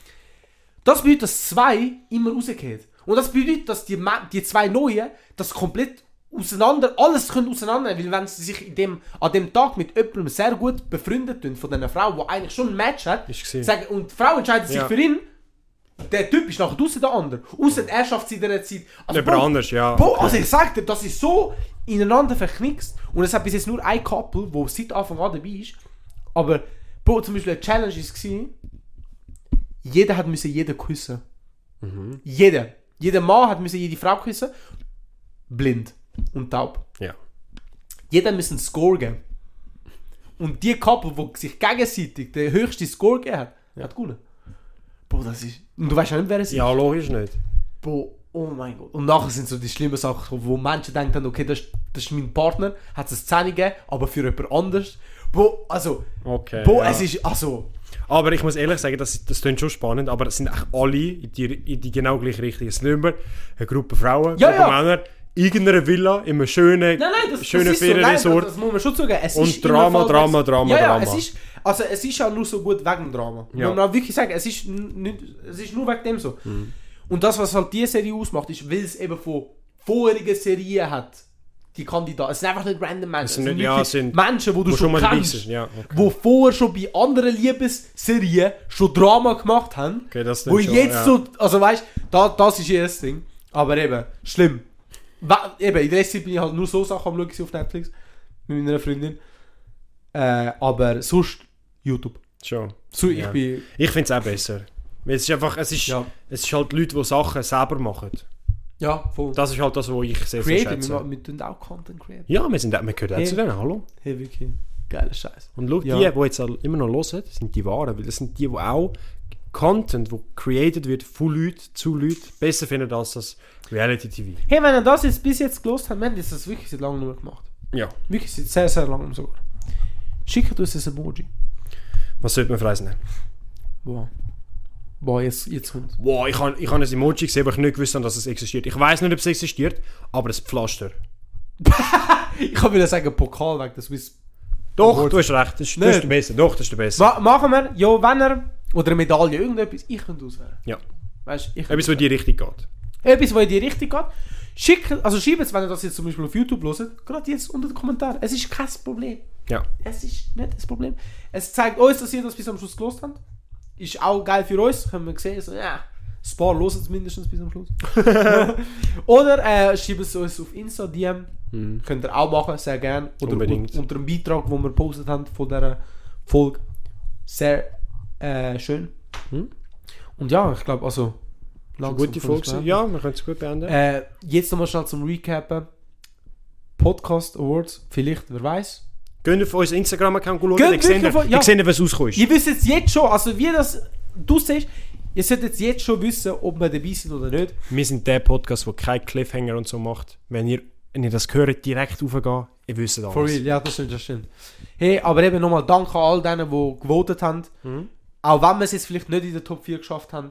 S1: Das bedeutet, dass zwei immer rausgeht. Und das bedeutet, dass die, Ma- die zwei Neuen das komplett auseinander, alles können auseinander, weil wenn sie sich in dem, an dem Tag mit jemandem sehr gut befreundet tun, von einer Frau, die eigentlich schon ein Match hat,
S3: Ist gesehen.
S1: sagen, und die Frau entscheidet sich
S3: Ja.
S1: für ihn, der Typ ist nachher draußen der andere. Außer er schafft es in dieser Zeit. Also,
S3: Jemand
S1: Bro,
S3: anders, ja.
S1: Bro,
S3: Okay.
S1: also ich sag dir, das ist so ineinander verknickst und es hat bis jetzt nur ein Couple, wo seit Anfang an dabei ist. Aber, Bro, zum Beispiel eine Challenge war, jeder hat müssen jeden küssen.
S3: Mhm.
S1: Jeder. Jeder Mann hat müssen jede Frau küssen. Blind und taub.
S3: Ja.
S1: Jeder müssen einen Score geben. Und die Couple, die sich gegenseitig den höchsten Score gegeben hat, hat gewonnen. Bro, das ist... Und du weißt ja nicht, wer es ist.
S3: Ja, logisch nicht.
S1: Bro, oh mein Gott. Und nachher sind so die schlimmen Sachen, wo Menschen denken, okay, das, ist- das ist mein Partner, hat es eine Szene gegeben, aber für jemand anders. Bro, also,
S3: Okay.
S1: Bro,
S3: ja.
S1: es ist, also,
S3: Aber ich muss ehrlich sagen, das, das klingt schon spannend, aber es sind echt alle in die, in die genau gleiche Richtung. Es sind immer eine Gruppe Frauen,
S1: Ja,
S3: Gruppe
S1: ja.
S3: Männer, irgendeiner Villa, in einem schönen,
S1: nein, nein, das,
S3: schönen
S1: das ist so, nein, das,
S3: Ferienresort.
S1: das muss man schon zugeben. Es
S3: Und
S1: ist immer
S3: Drama,
S1: voll-
S3: Drama, Drama,
S1: ja, ja,
S3: Drama.
S1: Es ist, also, es ist ja nur so gut wegen dem Drama.
S3: Ja.
S1: Muss man auch wirklich sagen, es ist, n- nicht, es ist nur wegen dem so.
S3: Mhm.
S1: Und das, was halt diese Serie ausmacht, ist, weil es eben von vorherigen Serien hat, die Kandidaten. Es sind einfach nicht random Menschen. Es
S3: sind nicht- ja,
S1: wirklich
S3: es sind-
S1: Menschen, die
S3: wo
S1: du schon
S3: schon mal dabei
S1: kennst.
S3: sind, ja, okay.
S1: Wo vorher schon bei anderen Liebesserien schon Drama gemacht haben.
S3: Okay, das
S1: wo
S3: klingt schon,
S1: jetzt
S3: ja.
S1: so, also weißt da, das ist ihr das Ding. Aber eben, schlimm. Wa- Eben, in der letzten Zeit bin ich halt nur so Sachen am schauen gewesen auf Netflix. Mit meiner Freundin. Äh, aber sonst YouTube.
S3: Schon.
S1: So,
S3: Ja.
S1: ich bin...
S3: Ich finde es auch besser. Weil Es ist einfach, es ist,
S1: Ja.
S3: es ist halt Leute, die Sachen selber machen.
S1: Ja, voll.
S3: Das ist halt das, was ich sehr, sehr
S1: Creative, wir,
S3: schätze.
S1: ma- wir tun auch Content creative.
S3: Ja, wir, sind, auch- wir gehören auch
S1: Hey.
S3: zu denen, hallo.
S1: Hey, wirklich. Geiler Scheiß.
S3: Und schau,
S1: Ja.
S3: die, die jetzt all- immer noch hören, sind die Wahren, weil das sind die, die auch Content, wo created wird von Leuten zu Leuten, besser finden als das Reality-TV.
S1: Hey, wenn ihr das jetzt bis jetzt gelost habt, wir haben das jetzt wirklich seit langem nicht mehr gemacht.
S3: Ja.
S1: Wirklich seit sehr, sehr langem sogar. Schickt uns ein Emoji.
S3: Was sollte man fressen?
S1: Wow. Wow, jetzt, jetzt kommt.
S3: Wow, ich habe ich hab ein Emoji gesehen, aber ich nicht gewusst, habe, dass es existiert. Ich weiß nicht, ob es existiert, aber es Pflaster.
S1: Ich kann wieder sagen, Pokal weg, das wisst
S3: Doch, du hast recht, das ist, das
S1: Nicht.
S3: ist der Beste. Doch, das ist der Beste.
S1: Ma machen wir, ja, wenn er, oder eine Medaille, irgendetwas, ich könnte auswählen.
S3: Ja.
S1: Weißt ich könnte
S3: Etwas, wo in die Richtung geht.
S1: etwas, was in die Richtung geht. Schickt, also schreibt es, wenn ihr das jetzt zum Beispiel auf YouTube hört, gerade jetzt unter den Kommentar. Es ist kein Problem.
S3: Ja.
S1: Es ist nicht das Problem. Es zeigt uns, dass ihr das bis am Schluss gelost habt. Ist auch geil für uns, können wir sehen, so, ja, Ein paar hören es mindestens bis zum Schluss. Oder äh, schreibt es uns auf Insta, DM. Könnt ihr auch machen, sehr gerne. Oder
S3: Mhm. Unbedingt.
S1: un unter dem Beitrag, den wir gepostet haben von dieser Folge. Sehr äh, schön.
S3: Mhm.
S1: Und ja, ich glaube, also...
S3: Eine
S1: langsam
S3: gute
S1: können wir's
S3: Folge. gewesen.
S1: beenden.
S3: Ja, wir können es gut beenden.
S1: Äh, jetzt nochmal schnell zum Recappen. Podcast Awards, vielleicht, wer weiß.
S3: Geht auf unseren Instagram-Account schauen,
S1: Geht
S3: dann seht
S1: wirklich
S3: ihr,
S1: auf- ja.
S3: dann seht ihr, was rauskommt.
S1: Ihr wisst jetzt jetzt schon, also wie das du siehst, ihr sollt jetzt, jetzt schon wissen, ob wir dabei sind oder nicht.
S3: Wir sind der Podcast, der keinen Cliffhanger und so macht. Wenn ihr, wenn ihr das hört, direkt raufgehen, ihr wisst alles.
S1: For real, ja, das stimmt, das stimmt. Hey, aber eben nochmal Dank an all denen, die gewotet haben.
S3: Mhm.
S1: Auch wenn wir es jetzt vielleicht nicht in der Top 4 geschafft haben.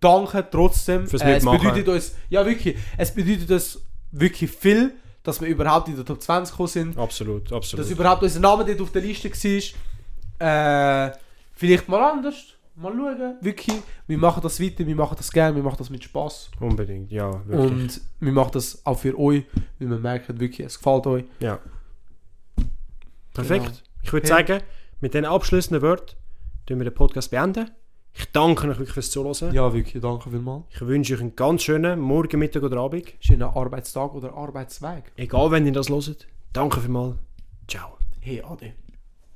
S1: Danke trotzdem. Äh,
S3: Fürs
S1: es
S3: Mitmachen.
S1: bedeutet uns, ja wirklich, es bedeutet uns wirklich viel, dass wir überhaupt in der Top 20 gekommen sind.
S3: Absolut, absolut.
S1: dass überhaupt unser Name dort auf der Liste war. Äh, vielleicht mal anders. Mal schauen. Wirklich, wir machen das weiter, wir machen das gerne, wir machen das mit Spaß.
S3: Unbedingt, ja,
S1: Um.
S3: wirklich.
S1: Und wir machen das auch für euch, weil wir merken wirklich, es gefällt euch.
S3: Ja. Perfekt.
S1: Genau.
S3: Ich würde
S1: Ja.
S3: sagen, mit diesen abschließenden Worten tun wir den Podcast beenden. Ich danke euch wirklich fürs Zuhören.
S1: Ja, wirklich, danke vielmals.
S3: Ich wünsche euch einen ganz schönen Morgen, Mittag oder Abend.
S1: Schönen Arbeitstag oder Arbeitsweg.
S3: Egal, wenn ihr das hört. Danke vielmals. Ciao.
S1: Hey, Ade.